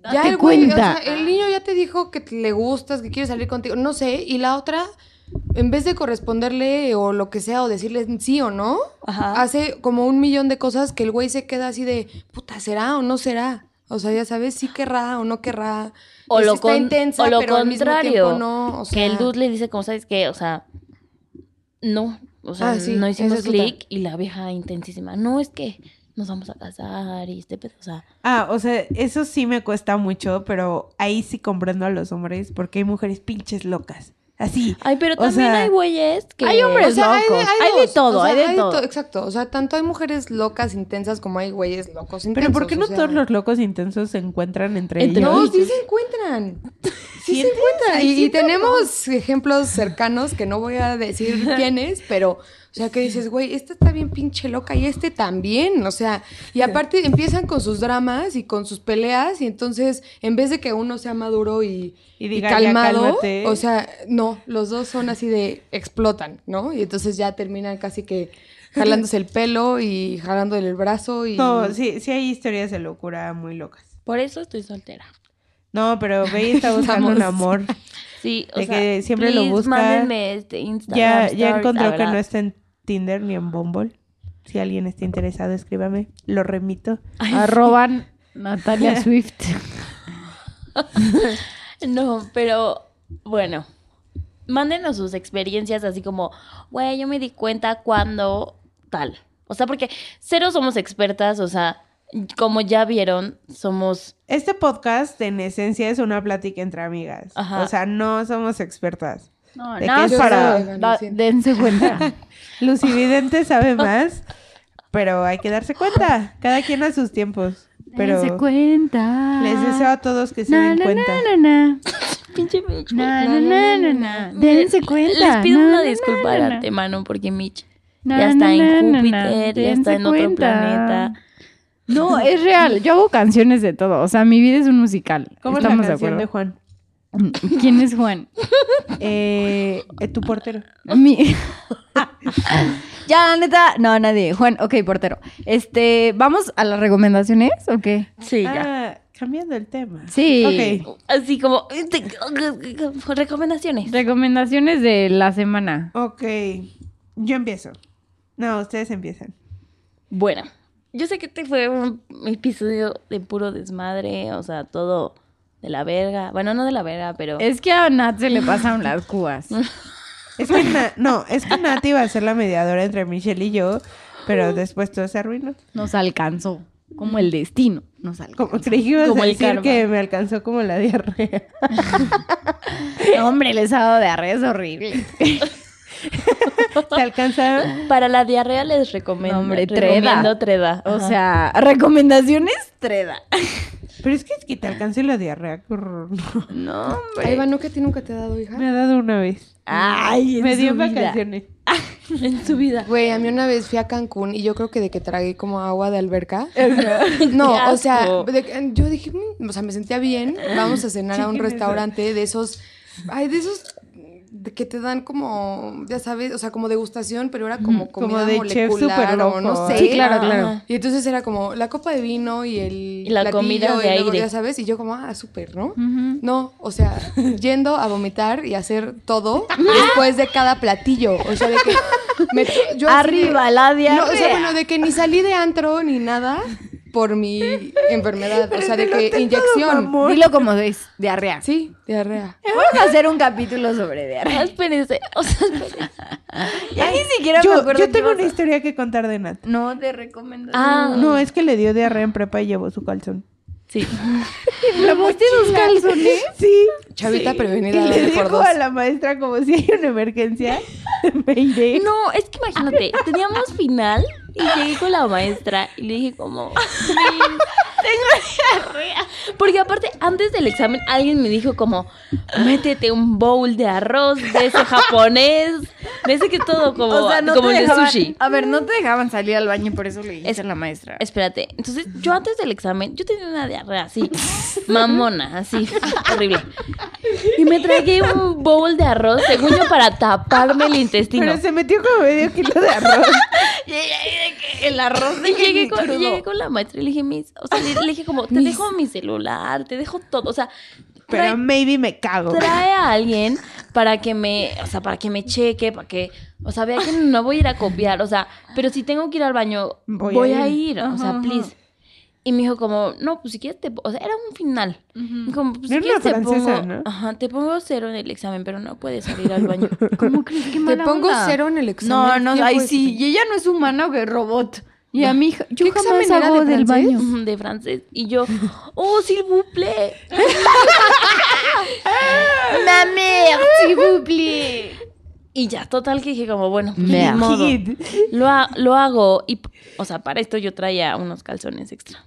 E: ya
B: Date
E: el güey, o sea,
B: cuenta.
E: el niño ya te dijo que te- le gustas, que quiere salir contigo, no sé, y la otra, en vez de corresponderle o lo que sea, o decirle sí o no,
C: Ajá.
E: hace como un millón de cosas que el güey se queda así de, puta, ¿será o no será? O sea, ya sabes, sí querrá o no querrá.
C: O
E: Y Pues sí
C: lo,
E: está
C: con-
E: intensa,
C: o lo
E: pero al mismo
C: contrario.
E: tiempo no, o sea,
C: que el dude le dice, como sabes que, o sea, no. O sea,
E: Ah, sí,
C: no
E: esa
C: hicimos
E: es otra.
C: clic y la vieja intensísima. No, es que nos vamos a casar y este pedo. O sea,
B: Ah, o sea, eso sí me cuesta mucho, pero ahí sí comprendo a los hombres porque hay mujeres pinches locas. Así.
C: Ay, pero
B: O
C: también
B: sea,
C: hay güeyes que.
D: hay hombres
E: O sea, hay de,
D: locos.
E: hay
D: Hay de
E: dos,
D: todo,
E: o sea,
D: hay de todo.
E: to- exacto. O sea, tanto hay mujeres locas intensas como hay güeyes locos
B: Pero
E: intensos.
B: ¿por qué
E: o
B: no
E: sea.
B: todos los locos intensos se encuentran entre,
C: Entre
B: ellos?
E: No,
C: Pero-
E: sí se encuentran. Sí se
B: ¿Sientes?
E: encuentran.
B: Ay,
E: Y- Y,
B: siento-
E: tenemos ejemplos cercanos que no voy a decir quiénes, pero, o sea, que dices, güey, esta está bien pinche loca y este también. O sea, y aparte empiezan con sus dramas y con sus peleas, y entonces, en vez de que uno sea maduro y,
B: Y
E: y
B: diga, ya,
E: calmado,
B: cálmate.
E: o sea, no, los dos son así de explotan, ¿no? Y entonces ya terminan casi que jalándose el pelo y jalándole el brazo y.
B: No, sí, sí hay historias de locura muy locas.
C: Por eso estoy soltera.
B: No, pero Bey está buscando un amor.
C: Sí, o
B: De
C: sea,
B: que siempre lo
C: please,
B: busca.
C: mándenme este Instagram
B: Ya, ya
C: stories, la
B: encontró que
C: verdad.
B: no está en Tinder ni en Bumble. Si alguien está interesado, escríbame. Lo remito.
D: Arroban Natalia Swift.
C: No, pero bueno, mándenos sus experiencias así como, güey, yo me di cuenta cuando tal. O sea, porque cero somos expertas, o sea, como ya vieron, somos...
B: Este podcast, en esencia, es una plática entre amigas.
C: Ajá.
B: O sea, no somos expertas.
D: No,
B: ¿De
D: nada
B: qué
D: más para.
E: soy?
D: da- dense cuenta.
B: Lucividente sabe más, pero hay que darse cuenta. Cada quien a sus tiempos. Pero
D: dense cuenta.
B: les deseo a todos que se
D: Na,
B: den
D: na,
B: cuenta.
D: na, na,
C: Pinche Mitch. güey.
D: na, na, na, na, na. Dense cuenta.
C: Les pido
D: Na,
C: una
D: na,
C: disculpa de
D: na, na.
C: antemano porque Mitch
D: Na,
C: ya está
D: na, na,
C: en
D: na,
C: Júpiter,
D: na.
C: ya está
D: Dense
C: en otro
D: cuenta.
C: planeta.
D: No, es real. Yo hago canciones de todo. O sea, mi vida es un musical.
B: ¿Cómo es la
D: Estamos
B: canción de,
D: de acuerdo.
B: Juan?
D: ¿Quién es Juan?
B: Eh, eh, tu portero.
D: Mi- ya, neta. No, nadie. Juan, ok, portero. Este, ¿vamos a las recomendaciones o qué?
C: Sí, ya.
B: Ah, cambiando el tema.
D: Sí.
B: Ok,
C: Así como... Recomendaciones.
D: Recomendaciones de la semana.
B: ok. Yo empiezo. No, ustedes empiezan.
C: Bueno, yo sé que este fue un episodio de puro desmadre, o sea, todo de la verga. Bueno, no de la verga, pero...
D: Es que a Nat se le pasan las cubas.
B: Es que Na- no, es que Nati iba a ser la mediadora entre Michelle y yo, pero después todo se arruinó.
D: Nos alcanzó. Como el destino. Nos alcanzó.
B: Como creí que ibas
C: Como
B: a
C: el
B: decir
C: karma.
B: que me alcanzó como la diarrea.
D: No, hombre, les ha dado de arreos horrible.
B: ¿Te alcanzaron?
C: Para la diarrea les recomiendo,
D: No, hombre, Treda.
C: recomiendo Treda.
D: O sea, recomendaciones, treda.
B: Pero es que, es que te alcancé la diarrea. qué horror.
D: No, hombre.
E: Ay, Iván, ¿no que a ti nunca te ha dado, hija?
B: Me ha dado una vez.
D: Ay, en
B: me dio
D: su vida.
B: vacaciones.
C: en su vida.
E: Güey, a mí una vez fui a Cancún y yo creo que de que tragué como agua de alberca. No, o sea,
C: asco.
E: de- yo dije, "Mm", o sea, me sentía bien. Vamos a cenar a un
B: Chequen eso.
E: restaurante de esos, ay, de esos de que te dan como, ya sabes, o sea, como degustación, pero era como
B: Como
E: comida
B: de chef
E: molecular
B: súper
E: o
B: loco.
E: no sé.
B: Sí,
C: claro, claro.
D: Ah.
E: Y entonces era como la copa de vino y el
C: Y la comida
E: platillo
C: de
E: y luego,
C: aire.
E: ya sabes, y yo como, ah, súper, ¿no?
D: Ujú.
E: No, o sea, yendo a vomitar y hacer todo
D: Ah.
E: después de cada platillo. O sea, de que me- yo así de-
D: Arriba, la
E: no, o sea,
D: diarrea.
E: bueno, de que ni salí de antro ni nada por mi enfermedad. O sea, de que inyección.
D: Dilo como es, diarrea.
E: Sí, diarrea.
D: Vamos a hacer un capítulo sobre diarrea.
C: Ah, Espérense, o sea, espérense.
D: Ya ni siquiera me
B: Yo,
D: acuerdo.
B: yo
D: qué
B: tengo
D: ibas
B: una
D: a-
B: historia que contar de Nat.
D: No te recomiendo.
C: Ah,
B: No, es que le dio diarrea en prepa y llevó su calzón.
C: sí.
D: ¿La pusiste sus calzones?
B: Sí.
E: Chavita
B: Y
E: prevenida
B: le
E: dale por
B: dijo
E: dos.
B: a la maestra como si hay una emergencia, me iré.
C: No, es que imagínate, teníamos final y llegué con la maestra y le dije como, "Miss, tengo diarrea. Porque aparte, antes del examen, alguien me dijo como, métete un bowl de arroz de ese japonés Parece que todo como,
D: o sea, no
C: como
D: te
C: el de
D: dejaban,
C: sushi.
D: A ver, no te dejaban salir al baño, por eso le dijiste
C: Es-
D: a la maestra.
C: Espérate, entonces yo antes del examen, yo tenía una diarrea así, mamona, así, horrible. Y me tragué un bowl de arroz, según yo, para taparme el intestino.
B: Pero se metió como medio kilo de arroz.
D: el arroz
C: Y llegué con, llegué con la maestra y le dije, mis, o sea, le, le dije como, te dejo mi celular, te dejo todo, o sea, trae-
B: Pero maybe me cago.
C: trae a alguien para que me, o sea, para que me cheque, para que, o sea, vea que no voy a ir a copiar, o sea, pero si tengo que ir al baño,
B: Voy
C: voy,
B: a
C: a,
B: ir.
C: ir, o sea,
D: Ajá,
C: please. Y me dijo como, no, pues si quieres te, po-". o sea, era un final. Y como, pues si
B: Era
C: quieres
B: una
C: te pongo,
B: francesa, ¿no?
C: ajá, te pongo cero en el examen, pero no puedes salir al baño.
D: ¿Cómo crees que
E: Te pongo cero en el
D: No,
E: examen.
D: no,
E: ¿Qué
D: ay
E: fue?
D: sí, y ella no es humana, güey, robot. Y a mi hija, yo
E: ¿Qué
D: jamás
E: examen era
D: hago
E: de
D: del
E: francés?
D: baño.
C: Ujú, de francés. Y yo, oh, s'il vous plaît. Ma mère, s'il vous plaît. Y ya, total, que dije como, bueno, pues, ni
D: Merde.
C: modo.
B: Kid.
C: Lo, ha- lo hago y, o sea, para esto yo traía unos calzones extra.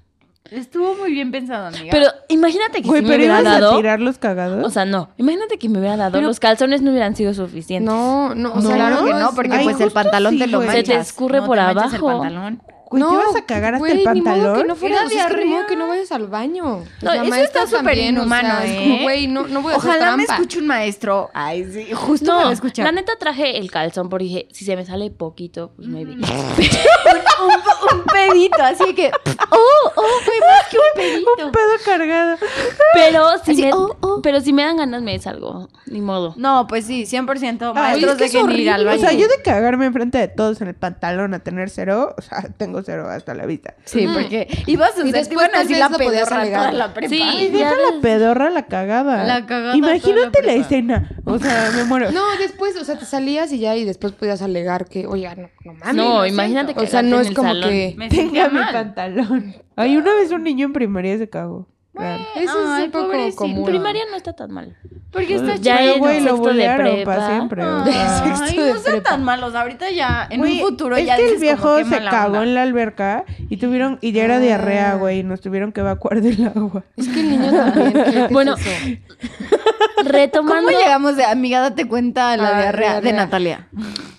D: Estuvo muy bien pensado, amiga.
C: Pero imagínate que
B: Güey,
C: si me
B: pero
C: hubiera
B: ibas a
C: dado...
B: tirar los cagados.
C: O sea, no, imagínate que me hubiera dado,
D: Pero-
C: los calzones no hubieran sido suficientes.
E: No, no, o
D: No,
E: sea,
D: claro que no, porque
B: Ay,
D: pues el
B: justo
D: pantalón te
B: sí,
D: lo
B: güey.
D: manchas.
C: Se te escurre
D: No
C: por
D: manchas
C: abajo.
D: El pantalón.
B: Güey,
E: no,
B: ¿te vas a cagar hasta
E: güey,
B: el
E: ni modo
B: pantalón?
E: que no fuera,
D: Era
E: o sea, es que, ni modo
D: diarrea.
E: que no vayas al baño.
C: No, eso
E: maestra
D: está súper
E: también, o sea,
D: inhumano,
E: es como,
D: ¿eh?
E: güey, no, no voy a hacer
D: Ojalá me
E: trampa.
D: escuche un maestro. Ay, sí, justo me va a escuchar.
C: la neta traje el calzón porque dije, si se me sale poquito, pues maybe.
D: un, un- un pedito, así que.
C: ¡Oh, oh, fue más que un pedito!
B: Un pedo cargado.
C: Pero si,
D: Así,
C: me,
D: oh, oh.
C: pero si me dan ganas, me salgo. Ni modo.
D: No, pues sí, 100%.
B: Ay,
D: Maestros
B: es que es
D: dejen ir al
B: horrible.
D: baño.
B: O sea, yo de cagarme enfrente de todos en el pantalón a tener cero, o sea, tengo cero hasta la vista.
D: Sí, porque ibas Mm. a
E: Y
D: hacer, te
E: después
D: iban a
E: tal
D: decir
E: vez
D: la
E: lo podías
D: pedorra
E: alegar.
D: toda la prepa.
C: Sí, ya
B: Deja la
C: des-
B: pedorra la cagaba.
D: La cagada toda la
B: Imagínate la,
D: prepa.
B: escena. O sea, me muero.
E: No, después, o sea, te salías y ya, y después podías alegar que, oiga, no, no mames.
C: No, imagínate que
E: O sea, no
C: en
E: es
C: el
E: como
C: salón.
E: que...
D: Me sentía
B: Tenga mi
D: mal.
B: pantalón. Ay, una vez un niño en primaria se cagó. Real.
E: Eso es
D: Ay,
E: un poco
D: pobrecito.
E: común.
C: Primaria no está tan mal.
D: Porque está
C: Ya en
D: chido.
B: Pero, güey, lo
C: sexto de
B: bolearon
C: prepa.
B: para siempre. o sea.
E: Ah.
D: Ay,
E: Sexto de
D: no sean
E: prepa.
D: tan malos. Ahorita ya, en
B: Güey,
D: un futuro
B: es
D: ya
B: que el
D: dices como,
B: viejo
D: qué
B: se
D: mala
B: cagó
D: onda.
B: en la alberca y tuvieron y ya era
E: Ah.
B: diarrea, güey, y nos tuvieron que evacuar del agua.
E: Es que el niño también. ¿qué es
C: Bueno,
E: eso?
C: Retomando.
D: ¿Cómo llegamos de amiga, date cuenta, a la
E: Ah,
D: diarrea de
E: diarrea.
D: Natalia?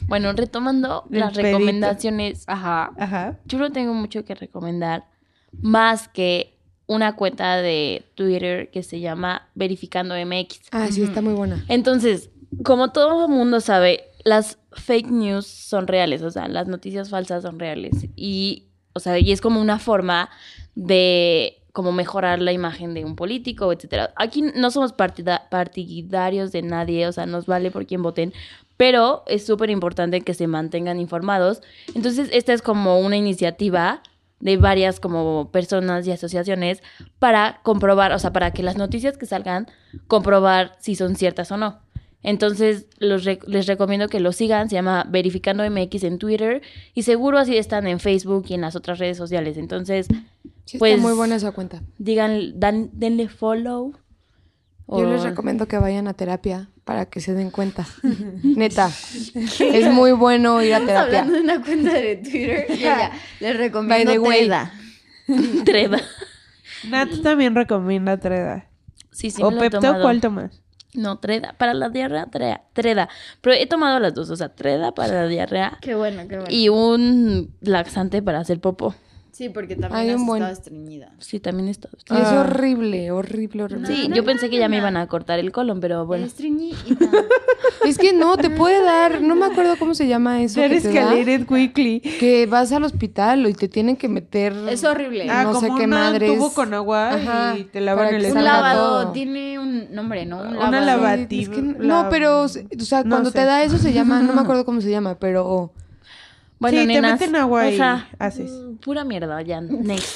C: Bueno, retomando
B: Del
C: las
B: pedito.
C: recomendaciones.
D: Ajá.
B: Ajá.
C: Yo no tengo mucho que recomendar más que una cuenta de Twitter que se llama Verificando MX.
E: Ah, sí, está muy buena.
C: Entonces, como todo el mundo sabe, las fake news son reales, o sea, las noticias falsas son reales. Y, o sea, y es como una forma de como mejorar la imagen de un político, etcétera. Aquí no somos partida- partidarios de nadie, o sea, nos vale por quién voten, pero es súper importante que se mantengan informados. Entonces, esta es como una iniciativa de varias como personas y asociaciones para comprobar, o sea, para que las noticias que salgan comprobar si son ciertas o no. Entonces, los rec- les recomiendo que lo sigan. Se llama Verificando MX en Twitter. Y seguro así están en Facebook y en las otras redes sociales. Entonces,
E: Sí,
C: Pues-
E: está muy buena esa cuenta.
C: digan, dan, denle follow.
E: Yo les
C: O-
E: recomiendo que vayan a terapia para que se den cuenta. Neta, es muy bueno ir a
D: Estamos hablando
E: terapia.
D: de una cuenta de Twitter y ella les
E: By
D: recomiendo
E: the way,
D: Teda.
C: Treda.
B: Nat también recomienda Treda.
C: Sí, sí,
B: ¿O
C: me lo he
B: Pepto
C: tomado.
B: cuál tomas?
C: No, Treda. Para la diarrea, trea- Treda. Pero he tomado las dos. O sea, Treda para la diarrea
D: Qué bueno, qué bueno.
C: y un laxante para hacer popo.
D: sí, porque también
E: Hay
D: has
E: un buen-
D: estado estreñida.
C: Sí, también está.
E: Y es
B: Ah.
E: horrible, horrible, horrible.
C: Sí,
D: No,
C: yo
D: no,
C: pensé que ya me
D: no.
C: iban a cortar el colon, pero bueno.
D: Estreñida.
E: Es que no, te puede dar, no me acuerdo cómo se llama eso. Que,
B: Ser
E: te da,
B: escalated quickly.
E: que vas al hospital y te tienen que meter.
D: es horrible.
E: Ah, no sé qué
B: una- un
E: madres.
B: tubo con agua
E: Ajá,
B: y te lavan
E: para
B: el
E: que
D: un
E: salga
B: estómago.
D: lavado.
E: todo.
D: Tiene un nombre, ¿no? Un
B: Una lava-
D: lavado.
E: Sí, es que
B: lavativa,
E: no,
B: la-
E: pero, o sea,
B: no
E: cuando
B: sé.
E: te da eso se llama, no me acuerdo cómo se llama, pero.
C: Bueno,
B: Sí, te
C: nenas,
B: meten agua
C: o
B: y
C: sea,
B: haces.
C: mm, Pura mierda, ya. Next.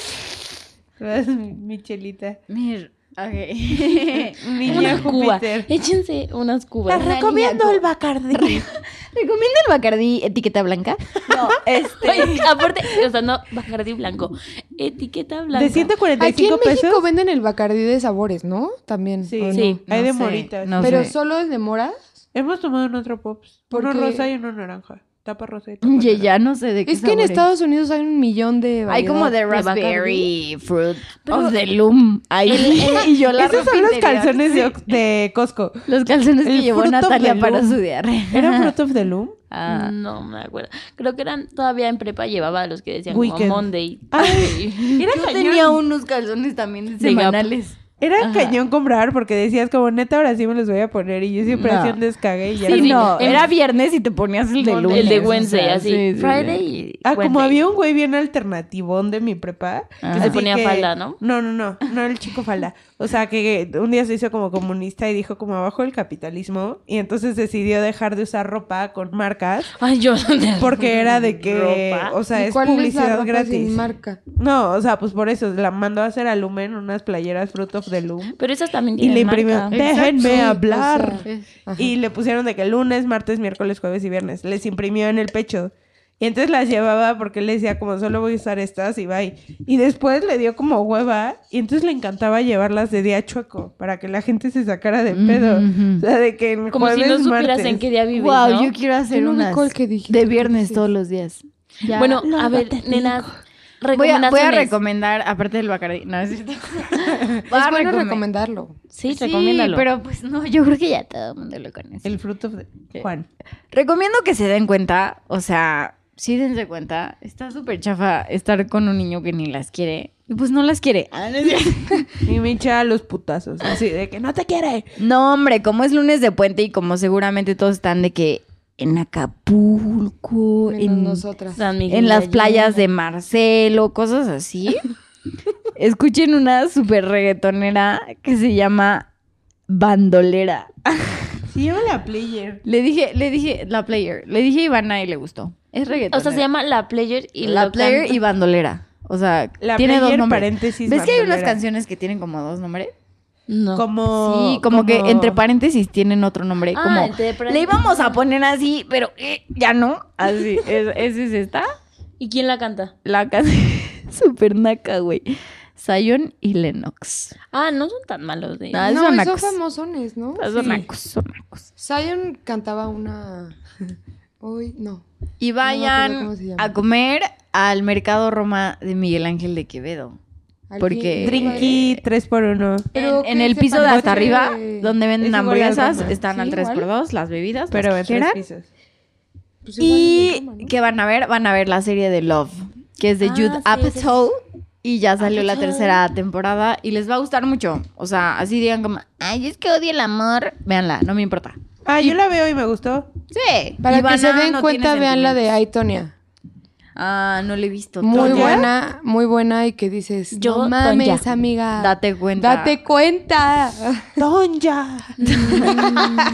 B: Michelita.
D: Mir, ok.
B: Niña
C: Una cuba.
B: Júpiter.
C: Échense unas cubas.
D: Las recomiendo el
B: Bacardi.
D: ¿Recomienda el Bacardí etiqueta blanca? No, este.
C: Oye, aparte, o sea, no, Bacardi blanco. Etiqueta blanca.
B: De 145
E: Aquí en
B: pesos.
E: México venden el bacardí de sabores, ¿no? También.
B: Sí,
E: ¿o no?
C: Sí.
B: hay
D: No
B: de
D: sé,
B: moritas.
D: no
E: pero
D: sé.
E: solo es de mora.
B: Hemos tomado en otro pops.
E: ¿Por
B: uno
E: qué?
B: rosa y uno naranja. Tapa rosa y tapa
D: Y
B: naranja.
D: ya no sé de qué
E: Es que en
D: sabor
E: Estados Unidos hay un millón de
D: Hay como
E: variedades.
D: de raspberry fruit
C: Pero-
D: of the loom. Ahí. y yo la
B: Esos son los
D: repitiré.
B: calzones de, Ox- de Costco.
D: Los calzones que
B: El
D: llevó
B: fruit of the
D: Natalia para
B: loom.
D: su diarrea.
B: ¿Era Fruit of the Loom?
D: Ah.
C: No me acuerdo. Creo que eran todavía en prepa llevaba los que decían
B: Weekend.
C: como Monday.
B: Ay, era
D: Yo
B: cañón.
D: tenía unos calzones también
C: De Gap.
D: semanales.
B: Era
D: Ajá.
B: cañón comprar porque decías como, neta, ahora sí me los voy a poner. Y yo siempre
D: No.
B: hacía un descague y ya.
D: pues, Sí,
B: los-
D: no, era viernes y te ponías el de lunes.
C: el de
D: o sea,
C: Wednesday, así.
D: sí, sí, sí.
C: Friday y
B: Ah, como
C: Wednesday.
B: había un güey bien alternativón de mi prepa.
D: Ajá.
B: así
D: Que se
C: ponía falda, ¿no?
B: No, no, no, no el chico falda. O sea, que un día se hizo como comunista y dijo como abajo el capitalismo y entonces decidió dejar de usar ropa con marcas
C: Ay, yo ¿dónde-
B: porque era de que,
C: ropa?
B: o sea,
E: ¿Y
B: es
E: cuál
B: publicidad
E: la ropa
B: gratis.
E: sin marca?
B: No, o sea, pues por eso la mandó a hacer a Lumen unas playeras Fruit of the Loom
C: Pero esas también
B: y
C: tienen
B: le imprimió,
C: marca.
B: déjenme
E: Sí,
B: hablar.
E: o sea, es- ajá.
B: Y le pusieron de que lunes, martes, miércoles, jueves y viernes. Les imprimió en el pecho. Y entonces las llevaba porque él decía como solo voy a usar estas y bye. Y después le dio como hueva y entonces le encantaba llevarlas de día chueco para que la gente se sacara de pedo.
D: Ujú.
B: O sea, de que en
C: Como si no
B: jueves,
C: supieras
B: martes.
C: en qué día vives,
D: Wow,
C: ¿no?
D: yo quiero hacer
E: Yo no
D: unas
E: ubico el que dijiste.
D: de viernes todos los días. Ya.
C: Bueno, a ver, nenas,
D: voy a,
C: recomendaciones.
D: voy a recomendar, aparte del Bacardi, no es cierto.
E: Es
D: Voy a
E: Ah, bueno
D: recome-
E: recomendarlo.
C: Sí, recomiéndalo.
D: pero pues no, yo creo que ya todo el mundo lo conoce.
B: El fruto de Juan.
D: Recomiendo que se den cuenta, o sea, sí dense cuenta, está súper chafa estar con un niño que ni las quiere. Y pues no las quiere. Ah, no es cierto.
B: Y me hinchaba los putazos. Así de que no te quiere.
D: No, hombre, como es lunes de puente y como seguramente todos están de que en Acapulco,
E: Menos
D: en,
E: nosotras.
C: San Miguel
D: en las
C: Allende.
D: playas de Marcelo, cosas así. Escuchen una super reggaetonera que se llama Bandolera.
B: Sí, lleva la player.
D: Le dije, le dije, la player, le dije a Ivana y le gustó. Es reggaetonera.
C: O sea, se llama La Player y
D: La
C: lo
D: player
C: canta-
D: y bandolera. O sea,
B: La
D: tiene
B: player,
D: dos nombres.
B: paréntesis,
D: ¿Ves que hay unas
B: bandolera.
D: canciones que tienen como dos nombres?
C: No.
B: Como...
D: sí, como, que entre paréntesis tienen otro nombre.
C: Ah,
D: como
C: entre paréntesis.
D: le íbamos a poner así, pero eh, ya no. Así, es- esa es esta.
C: ¿Y quién la canta?
D: La canción super naca, güey. Zion y Lennox.
C: Ah, no son tan malos de
D: Ah,
E: no,
D: son
E: son
D: nacos.
E: famosones, ¿no?
D: Son nacos, son nacos.
E: Zion cantaba una... Hoy, no.
D: Y
E: No me acuerdo cómo
D: vayan
E: se llama.
D: a comer al Mercado Roma de Miguel Ángel de Quevedo.
E: Al
D: Porque-
E: fin,
B: Drinky 3x1.
E: Pero
D: en, en
E: que
D: el
E: se
D: piso de
E: parece-
D: hasta arriba, donde
B: Es
D: venden
B: igual al
D: hamburguesas,
B: Roma.
D: están
E: Sí,
D: al
E: igual.
D: 3x2, las bebidas,
B: Pero
D: las
B: en
D: que quieran.
B: tres pisos.
E: Pues igual es de
D: Y
E: Roma, ¿no?
D: que van a ver, van a ver la serie de Love, que es de
C: Ah,
D: Jude
C: sí,
D: Apatow y ya salió la
C: Apatow.
D: tercera temporada y les va a gustar mucho. O sea, así digan como, ay, es que odio el amor, véanla, no me importa.
B: Ah, yo la veo y me gustó.
D: Sí.
E: Para que se
D: Ivana
E: den
D: no
E: cuenta,
D: tiene
E: vean la de
D: sentimientos.
E: Ay, Tonya.
D: Ah, no la he visto.
E: Muy
D: Tonya.
E: buena, muy buena y que dices,
C: Yo,
E: no mames,
C: Tonya.
E: amiga.
D: Date cuenta.
E: Date cuenta.
B: Tonja.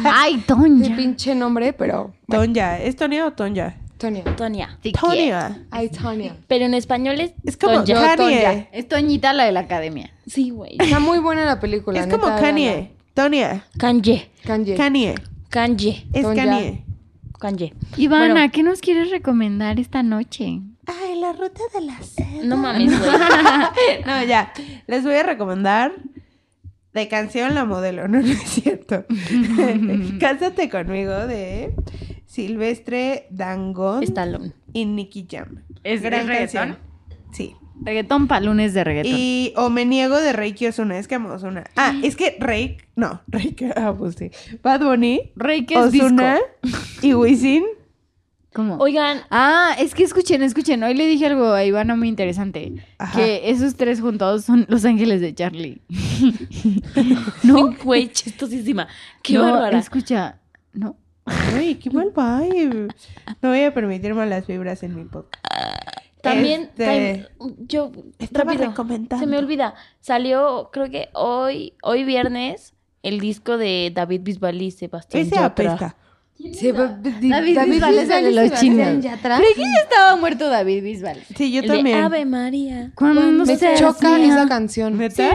D: Ay,
E: Qué
D: Tonya.
E: pinche nombre, pero
B: Tonja. ¿Es Tonya o Tonja?
E: Tonya.
C: Tonia.
D: Te quiero.
B: Tonya.
E: Ay, Tonya.
C: Pero en español es.
B: Es como
C: Tonya.
B: Kanye.
D: Es Toñita la de la academia.
C: Sí, güey.
E: Está muy buena la película.
B: Es como
E: neta,
B: Kanye. Tonya.
C: Kanye.
E: véanla. Kanye.
B: Kanye.
C: Kanye.
B: Es
E: Tonja.
B: Kanye.
C: Kanye.
D: Ivana,
C: Bueno.
D: ¿qué nos quieres recomendar esta noche?
B: Ay, la ruta de la seda.
C: No mames, güey.
B: No, ya. Les voy a recomendar de canción La Modelo. No, no es cierto. Cásate conmigo de Silvestre Dangón
C: Stallone.
B: y Nicky Jam.
D: ¿Es- es reggaetón?
B: Sí.
D: Reggaetón para lunes de reggaetón.
B: Y o me niego de Reiki Ozuna, es que amo a Ozuna. Ah, es que Reik, no, Reik, ah, pues sí. Bad Bunny,
D: Rey, ¿qué es disco?
B: Ozuna y Wisin.
D: ¿Cómo?
C: Oigan,
D: Ah, es que escuchen, escuchen. Hoy le dije algo a Ivana muy interesante.
B: Ajá.
D: Que esos tres juntados son los ángeles de Charlie.
C: no, güey, chistosísima. Qué
D: No,
C: bárbara.
D: Escucha, no.
B: Ay, qué mal vibe. No voy a permitir malas vibras en mi podcast.
C: También,
B: Este,
C: tam- yo,
B: Estaba
C: rápido,
B: recomendando.
C: se me olvida, salió, creo que hoy, hoy viernes, el disco de David Bisbal y Sebastián
B: Ese
C: Yatra.
B: apesta.
E: Sí,
D: David Bisbal es el de los chinos. Creí que ya estaba muerto David Bisbal.
B: Sí, yo
C: El de
B: también.
C: Ave María.
D: Cuando
E: Me
D: se
E: choca
D: hacía-
E: esa canción.
B: ¿Neta?
E: Cada,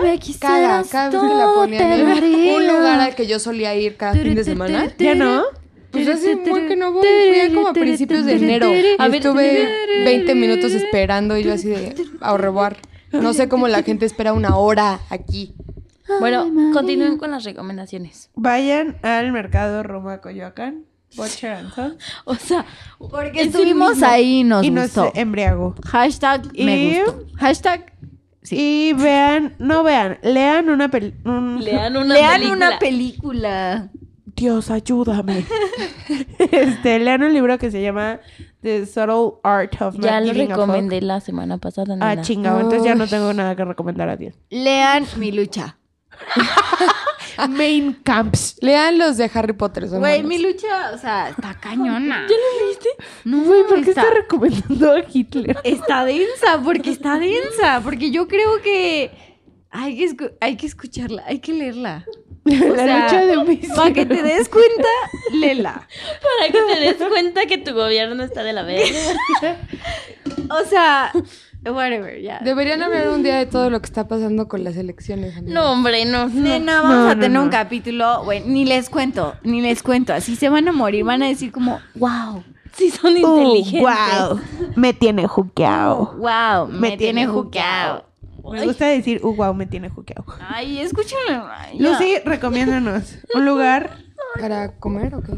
E: cada vez que la ponían en un lugar al que yo solía ir cada fin de semana.
B: ¿Ya no?
E: Pues hace un buen que no voy, fui como a principios de enero.
C: A ver,
E: Estuve 20 minutos esperando y yo así de ahorrebar. No sé cómo la gente espera una hora aquí.
C: Bueno, continúen con las recomendaciones.
B: Vayan al mercado Roma Coyoacán. Butcher and Sons.
C: O sea,
D: Porque
C: Es el
D: estuvimos
C: mismo.
D: ahí y nos
B: y nos
D: gustó.
B: embriagó.
D: Hashtag
B: Y-
D: me gustó. Hashtag
B: Y vean, no vean, lean una peli. un-
C: lean una
D: lean
C: película.
D: una película.
B: Dios, ayúdame. este, lean un libro que se llama The Subtle Art of Not
C: ya lo
B: Giving a Fuck.
C: recomendé la semana pasada, nena.
B: Ah, chingado, entonces ya no
E: Uy.
B: tengo nada que recomendar a ti.
D: Lean mi lucha.
B: Main Camps.
E: Lean los de Harry Potter. son
D: Güey,
E: buenos.
D: mi lucha, o sea, está cañona. No,
B: Güey, ¿por qué
D: está,
B: está recomendando a Hitler?
D: está densa, porque está densa, porque yo creo que hay que, escu- hay que escucharla, hay que leerla.
B: la
D: sea,
B: lucha de mis
D: Para que te des cuenta, léela.
C: Para que te des cuenta que tu gobierno está de la verga.
D: O sea, whatever, ya.
E: Deberían hablar un día de todo lo que está pasando con las elecciones. amiga.
C: No, hombre, no. no.
D: Nena, vamos
B: No,
D: a
B: no,
D: tener
B: no.
D: un capítulo, güey, ni les cuento, ni les cuento, así se van a morir, van a decir como, wow,
C: Sí son inteligentes.
B: wow. Me tiene juqueado.
D: wow,
B: Me
D: me,
B: tiene
D: tiene juqueado.
B: Me gusta decir, uh, wow, me tiene juqueado.
D: Ay, escúchenlo. ay, ya.
B: Lucy, recomiéndanos un lugar,
E: ¿Para comer o qué?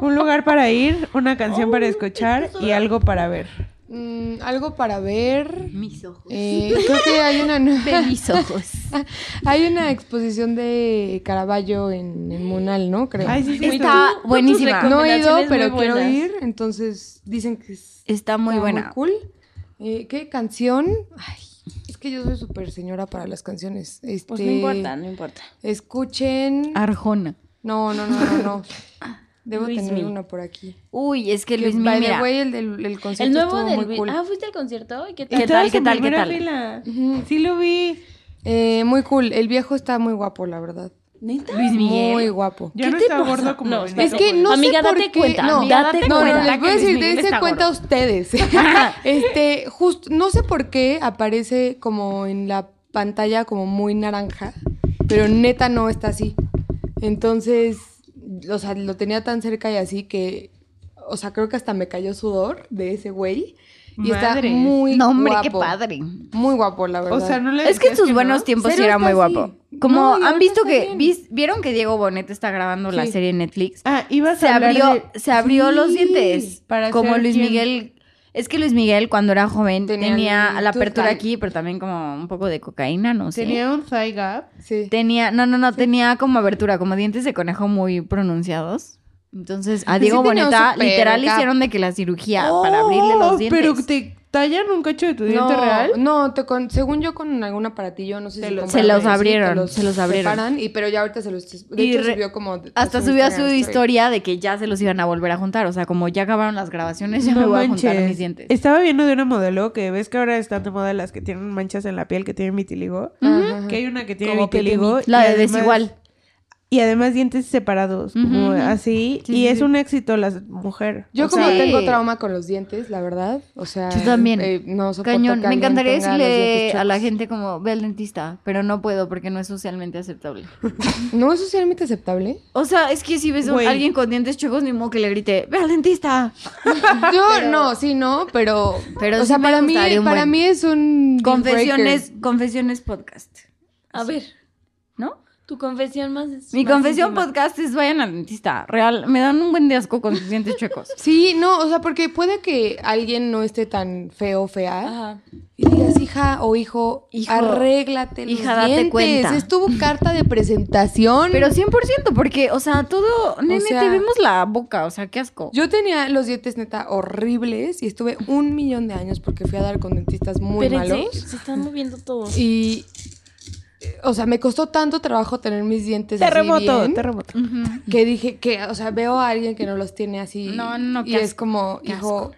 B: un lugar para ir, una canción para escuchar y algo para ver.
E: Mm, algo para ver.
D: Mis ojos.
E: Eh, creo que hay una
D: De
E: nueva-
D: mis ojos.
E: hay una exposición de Caravaggio en el Munal, ¿no? Creo.
B: Ay, sí, sí,
D: Está
C: tú- tú
D: buenísima.
C: tus
E: no he ido,
C: recomendaciones
E: pero
C: muy
E: quiero
C: buenas.
E: ir. Entonces dicen que es
D: Está muy
E: está
D: buena.
E: cool. Eh, ¿Qué canción? Ay, es que yo soy súper señora para las canciones. Este,
C: Pues no importa, no importa.
E: Escuchen.
D: Ah. Arjona.
E: No, no, no, no, no. Debo
C: Luis
E: tener
C: Mil.
E: una por aquí.
D: Uy, es que Luis
E: By
D: Miguel.
E: the
D: mira,
E: way, el del el concierto
C: El nuevo
E: estuvo
C: del...
E: muy cool.
C: Ah, ¿fuiste al concierto? ¿Y ¿Qué tal?
D: ¿Qué
B: Estabas
D: tal, qué
B: en
D: tal, qué
B: primera
D: tal?
B: fila.
E: Ujú.
B: Sí lo vi.
E: Eh, muy cool. El viejo está muy guapo, la verdad.
C: ¿Neta?
D: Luis Miguel.
E: Muy guapo.
B: Ya
C: ¿Qué
B: no
C: te
B: está
C: pasa?
B: gordo como
C: No,
B: Benito.
E: Es que
C: gordo.
E: no
C: Amiga,
E: sé por
C: date
E: qué-
C: cuenta,
E: No,
C: amiga,
D: date
E: no,
D: cuenta
E: No, les
D: que
E: voy a
D: Luis
E: decir,
D: Miguel
E: dense
D: está
E: cuenta
D: gordo.
E: ustedes. este, justo, no sé por qué aparece como en la pantalla como muy naranja, pero neta no está así. Entonces, o sea, lo tenía tan cerca y así que, o sea, creo que hasta me cayó sudor de ese güey. Y está
B: Madres.
E: muy
D: No, hombre, qué
E: guapo.
D: padre.
E: Muy guapo, la verdad.
B: O sea, no le
D: Es que en
B: decías
D: sus
B: no?
D: buenos tiempos sí
E: Cero
D: era
E: está
D: muy
E: así.
D: guapo.
E: No, y
D: Como
E: ahorita
D: han visto
E: está
D: que
E: bien.
D: vis- vieron que Diego Bonet está grabando la
E: Sí.
D: serie en Netflix.
B: Ah, ibas
D: Se
B: a hablar
D: abrió,
B: de-
D: se abrió
E: Sí,
D: los dientes.
B: para
D: como
B: ser
D: Luis
B: quien.
D: Miguel. Es que Luis Miguel cuando era joven
E: Tenía
D: tenía,
E: el
D: la apertura
E: turcal.
D: aquí, pero también como un poco de cocaína, no sé.
B: Tenía un thigh gap.
E: Sí.
D: Tenía, no, no, no, tenía como abertura, como dientes de conejo muy pronunciados. Entonces, a Diego
E: Sí tenía un
D: Boneta
E: super
D: literal
E: gap.
D: hicieron de que la cirugía para abrirle los
B: Oh,
D: dientes.
B: Pero te tallan un cacho de tu diente
E: no,
B: real.
E: No, te con- según yo con algún aparatillo, no sé
B: Te
E: si
B: los-
E: compraron,
D: Se los
E: sí, te
D: abrieron, se los abrieron.
E: separan, y, pero ya ahorita se los... De
D: Y
E: hecho,
D: re-
E: subió como... de-
D: Hasta
E: su
D: subió a su
E: Instagram story.
D: historia de que ya se los iban a volver a juntar. O sea, como ya acabaron las grabaciones, ya me voy a juntar mis dientes.
B: Estaba viendo de una modelo que ves que ahora están de moda las que tienen manchas en la piel que tienen vitiligo.
E: Ajá, ajá.
B: Que hay una que tiene
D: Como
B: vitiligo.
D: Pepe Mi. La
B: y
D: de
B: además-
D: desigual.
B: Y además dientes separados, como
D: Ujú, ujú.
B: así.
D: Sí,
B: y
D: sí,
B: es
D: sí.
B: un éxito la mujer.
E: Yo
D: O
E: como
D: sea-
E: tengo trauma con los dientes, la verdad, o sea...
D: Yo también.
E: eh, no soporto
D: Cañón.
E: que
D: Me
E: alguien
D: encantaría
E: tenga los
D: decirle
E: dientes
D: a la
E: chuecos.
D: gente como, ve al dentista, pero no puedo porque no es socialmente aceptable.
E: ¿No es socialmente aceptable?
D: O sea, es que si ves a un-
B: Güey.
D: alguien con dientes chuecos, ni modo que le grite, ve al dentista.
E: Yo no, sí, no, pero...
D: Pero
E: o
D: sí
E: sea,
D: me
E: para, mí,
D: gustaría un
E: para
D: buen-
E: mí es un... deal
D: Confesiones, confesiones podcast.
C: A ver,
D: ¿No?
C: tu confesión más...
D: Mi
C: más
D: confesión
C: íntima.
D: podcast es vayan al dentista. Real, me dan un buen de asco con sus dientes chuecos.
E: breaker. Sí, no, o sea, porque puede que alguien no esté tan feo o fea,
C: Ajá.
E: Y digas, hija o hijo,
D: Hijo,
E: arréglate los
D: hija, date
E: dientes.
D: cuenta.
E: Es tu carta de presentación.
D: Pero 100%, porque, o sea, todo, nene,
E: sea-
D: te vemos la boca, o sea, qué asco.
E: Yo tenía los dientes neta horribles y estuve un millón de años porque fui a dar con dentistas pues, muy
C: Espérense,
E: malos.
C: se están moviendo todos.
E: Y, eh, o sea, me costó tanto trabajo tener mis dientes así
B: Terremoto,
E: bien,
B: terremoto.
E: que dije que, o sea, veo a alguien que no los tiene así.
D: No, no,
E: Y
D: qué
E: es
D: asco,
E: como,
D: qué
E: hijo,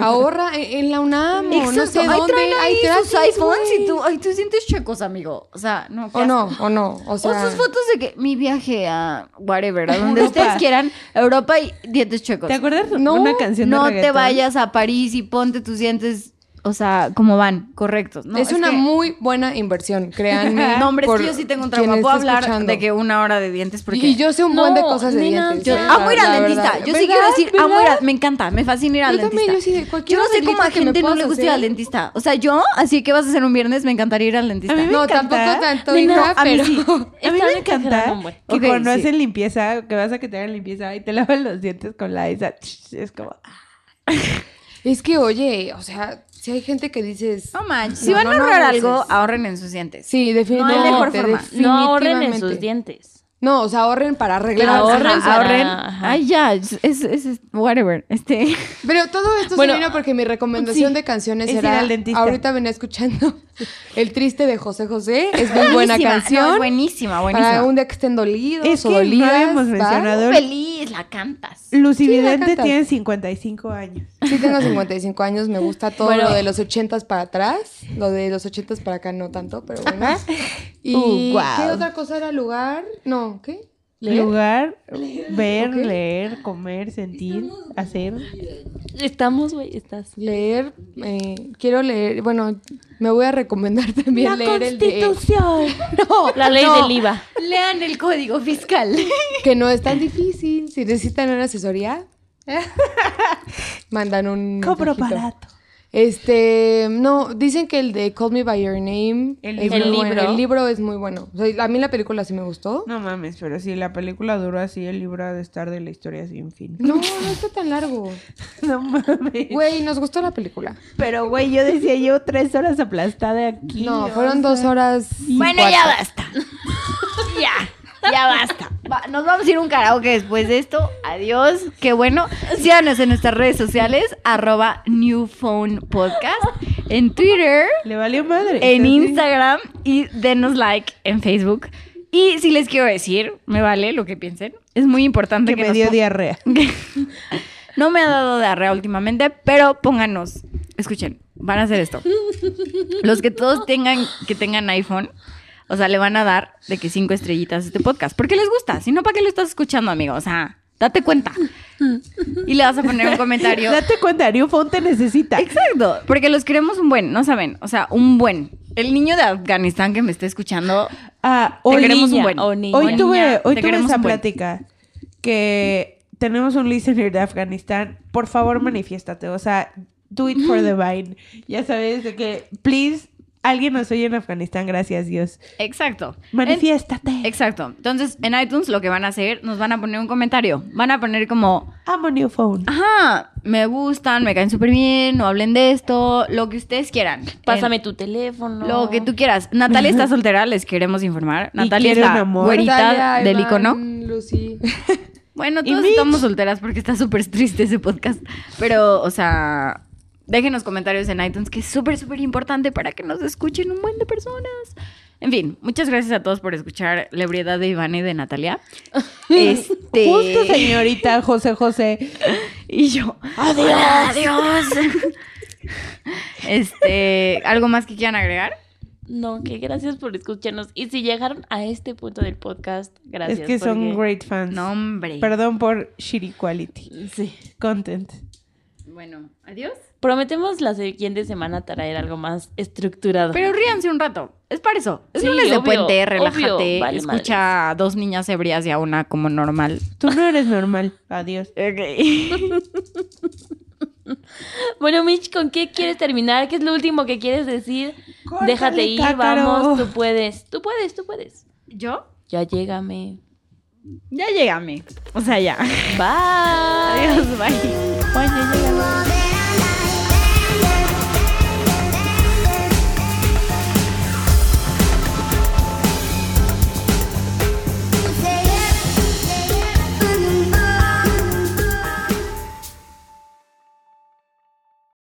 E: ahorra e-, en, en la UNAM o no sé
D: ahí
E: dónde.
D: traen ahí
E: te
D: sus
E: hacen,
D: iPhones
E: güey.
D: y tú, ay, tú sientes chuecos, amigo. O sea, no, qué
E: O no,
D: asco.
E: o no. O
D: O
E: sea,
D: sus fotos de que mi viaje a whatever, a donde
B: Europa.
D: ustedes quieran, Europa y dientes chuecos.
B: ¿Te acuerdas
E: No,
B: una canción de
D: no te
B: reggaetón?
D: vayas a París y ponte tus dientes o sea, como van, correctos. No,
E: es, una
D: que-
E: muy buena inversión, créanme.
D: No, hombre, es
E: por
D: que yo sí tengo un
E: quien
D: trauma. Puedo
E: esté
D: hablar
E: escuchando.
D: de que una hora de dientes porque...
E: Y yo sé un buen de
C: No,
E: cosas de
C: nena,
E: dientes.
C: yo-
E: ¿eh?
D: amo ir al
E: La
D: Ah, dentista.
E: verdad.
D: Yo sí quiero
E: ¿Verdad?
D: decir, amo ir al- Me encanta, me fascina ir al
E: Yo también,
D: dentista.
E: yo sí, de cualquier
D: no sé cómo a
E: arreglito que me
D: gente no
E: puedas
D: le gusta ir
E: hacer.
D: al dentista. O sea, yo, así que vas a hacer un viernes, me encantaría ir al dentista.
B: A mí me
E: No,
B: encanta.
E: tampoco tanto,
D: Nena,
E: hija,
D: a mí
E: pero...
D: sí.
B: A mí
C: Están
B: me encanta
C: exagerando, güey.
B: que
D: Ok,
B: cuando
D: sí.
B: hacen limpieza, que vas a que te hagan limpieza y te lavan los dientes con la esa. Es como... "Ah,
E: Es que, oye, o sea, si hay gente que dices...
D: No manches.
E: No,
D: Si van
E: no,
D: a
E: no
D: ahorrar
E: abuses.
D: algo, ahorren en sus dientes.
E: Sí,
D: No hay
E: definitivamente.
D: mejor forma.
C: No ahorren en sus
E: definitivamente.
C: dientes.
E: No, o sea, ahorren para arreglar.
C: Ahorren
E: Ajá.
C: para-
D: ahorren.
C: ajá.
D: Ay, ya, es, es, es- whatever. Este.
E: Pero todo esto
C: Bueno,
E: se vino porque mi recomendación
D: sí,
E: de canciones
B: es ir
E: era...
B: al dentista.
E: Ahorita venía escuchando El Triste de José José. Es muy buena
D: Buenísima,
E: canción.
D: no, es buenísima,
E: Para
D: buenísima.
E: un día que estén dolidos
B: Es
E: o
B: que no
E: dolidas.
B: habíamos
E: ¿va?
B: mencionado.
C: Feliz, la cantas.
B: Lucividente
E: cantas.
B: tiene 55 años.
E: Sí tengo 55 años, me gusta todo
C: Bueno.
E: lo de los 80s para atrás, lo de los 80s para acá no tanto, pero bueno. ¿Y
D: Uh, guau.
E: qué otra cosa era lugar? No, ¿qué?
B: Lugar, ver,
E: ok.
B: leer, comer, sentir, hacer.
C: Estamos, güey, estás.
E: Leer, eh, quiero leer, bueno, me voy a recomendar también leer el de... No,
C: La ley
E: no,
C: del IVA.
D: Lean el código fiscal.
E: Que no es tan difícil, si necesitan una asesoría, mandan un...
B: Cobro
E: mensajito.
B: barato.
E: Este, no, dicen que el de Call Me By Your Name
B: El
E: es
C: libro.
E: muy
C: El
E: bueno,
C: libro.
E: el libro es muy bueno. O sea, a mí la película sí me gustó.
B: No mames, pero si la película duró así, el libro ha de estar de la historia sin fin.
E: No, no está tan largo.
B: No mames.
E: Güey, nos gustó la película.
B: Pero, güey, yo decía, llevo tres horas aplastada aquí.
E: No, fueron dos horas. y
D: Bueno,
E: cuatro.
D: ya basta. ya, ya basta. Va, nos vamos a ir a un karaoke después de esto. Adiós. Qué bueno. Síganos en nuestras redes sociales, arroba New Phone Podcast, en Twitter,
B: Le valió madre.
D: en
B: Así.
D: Instagram y denos like en Facebook. Y si les quiero decir, me vale lo que piensen. Es muy importante
B: Que
D: que,
B: me
D: nos
B: dio
D: pon-
B: diarrea.
D: No me ha dado diarrea últimamente, pero pónganos. Escuchen, van a hacer esto. Los que todos tengan que tengan iPhone, o sea, le van a dar de que cinco estrellitas a este podcast. Porque les gusta, si no, ¿para qué lo estás escuchando, amigo? O sea, date cuenta. Y le vas a poner un comentario.
B: Date cuenta, Ariu Fon te necesita.
D: Exacto, porque los queremos un buen, no saben, o sea, un buen. El niño de Afganistán que me esté escuchando,
B: Ah,
D: te
B: hoy,
D: queremos un
C: niña,
D: buen.
C: o niño.
B: hoy
D: Niña,
B: tuve, hoy
D: te
B: tuve
D: queremos
B: esa
D: un buen.
B: plática que tenemos un listener de Afganistán. Por favor, manifiéstate. O sea, do it for the vine. Ya sabes de que, please, alguien nos oye en Afganistán, gracias Dios.
D: Exacto. En-
B: Manifiéstate.
D: Exacto. Entonces, en iTunes lo que van a hacer, nos van a poner un comentario. Van a poner como,
B: Amo New Phone.
D: Ah, ajá, me gustan, me caen súper bien, no hablen de esto, lo que ustedes quieran.
C: Pásame
D: En-
C: tu teléfono.
D: Lo que tú quieras. Natalia está soltera, les queremos informar.
B: Y
D: Natalia es
B: quiere un
D: la
B: amor.
D: güerita
E: Natalia,
D: del
E: Iván,
D: icono.
E: Lucy.
D: Bueno,
B: Y
D: todos
B: Mitch.
D: estamos solteras porque está súper triste ese podcast. Pero, o sea, déjenos comentarios en iTunes, que es súper, súper importante para que nos escuchen un buen de personas. En fin, muchas gracias a todos por escuchar la ebriedad de Iván y de Natalia. Este...
B: Justo, señorita José José.
D: Y yo, adiós. este, ¿algo más que quieran agregar?
C: No, que gracias por escucharnos. Y si llegaron a este punto del podcast, gracias.
B: es que son
C: porque-
B: great fans.
D: No, hombre.
B: Perdón por shitty quality.
C: Sí.
B: Content.
D: Bueno, adiós.
C: Prometemos la siguiente semana traer algo más estructurado.
D: Pero ríanse un rato. Es para eso. Es
C: Sí,
D: lunes de
C: obvio,
D: puente, relájate.
C: obvio, vale
D: escucha a dos niñas ebrias y a una como normal.
B: Tú no eres normal. Adiós.
C: Bueno, Mitch, ¿con qué quieres terminar? ¿Qué es lo último que quieres decir?
B: Córtale,
C: Déjate ir,
B: cácaro.
C: vamos, tú puedes. Tú puedes, tú puedes.
D: ¿Yo?
C: Ya llégame.
D: Ya llega a mí. O sea, ya.
C: Bye.
D: Adiós, bye.
C: Juan, ya llégame.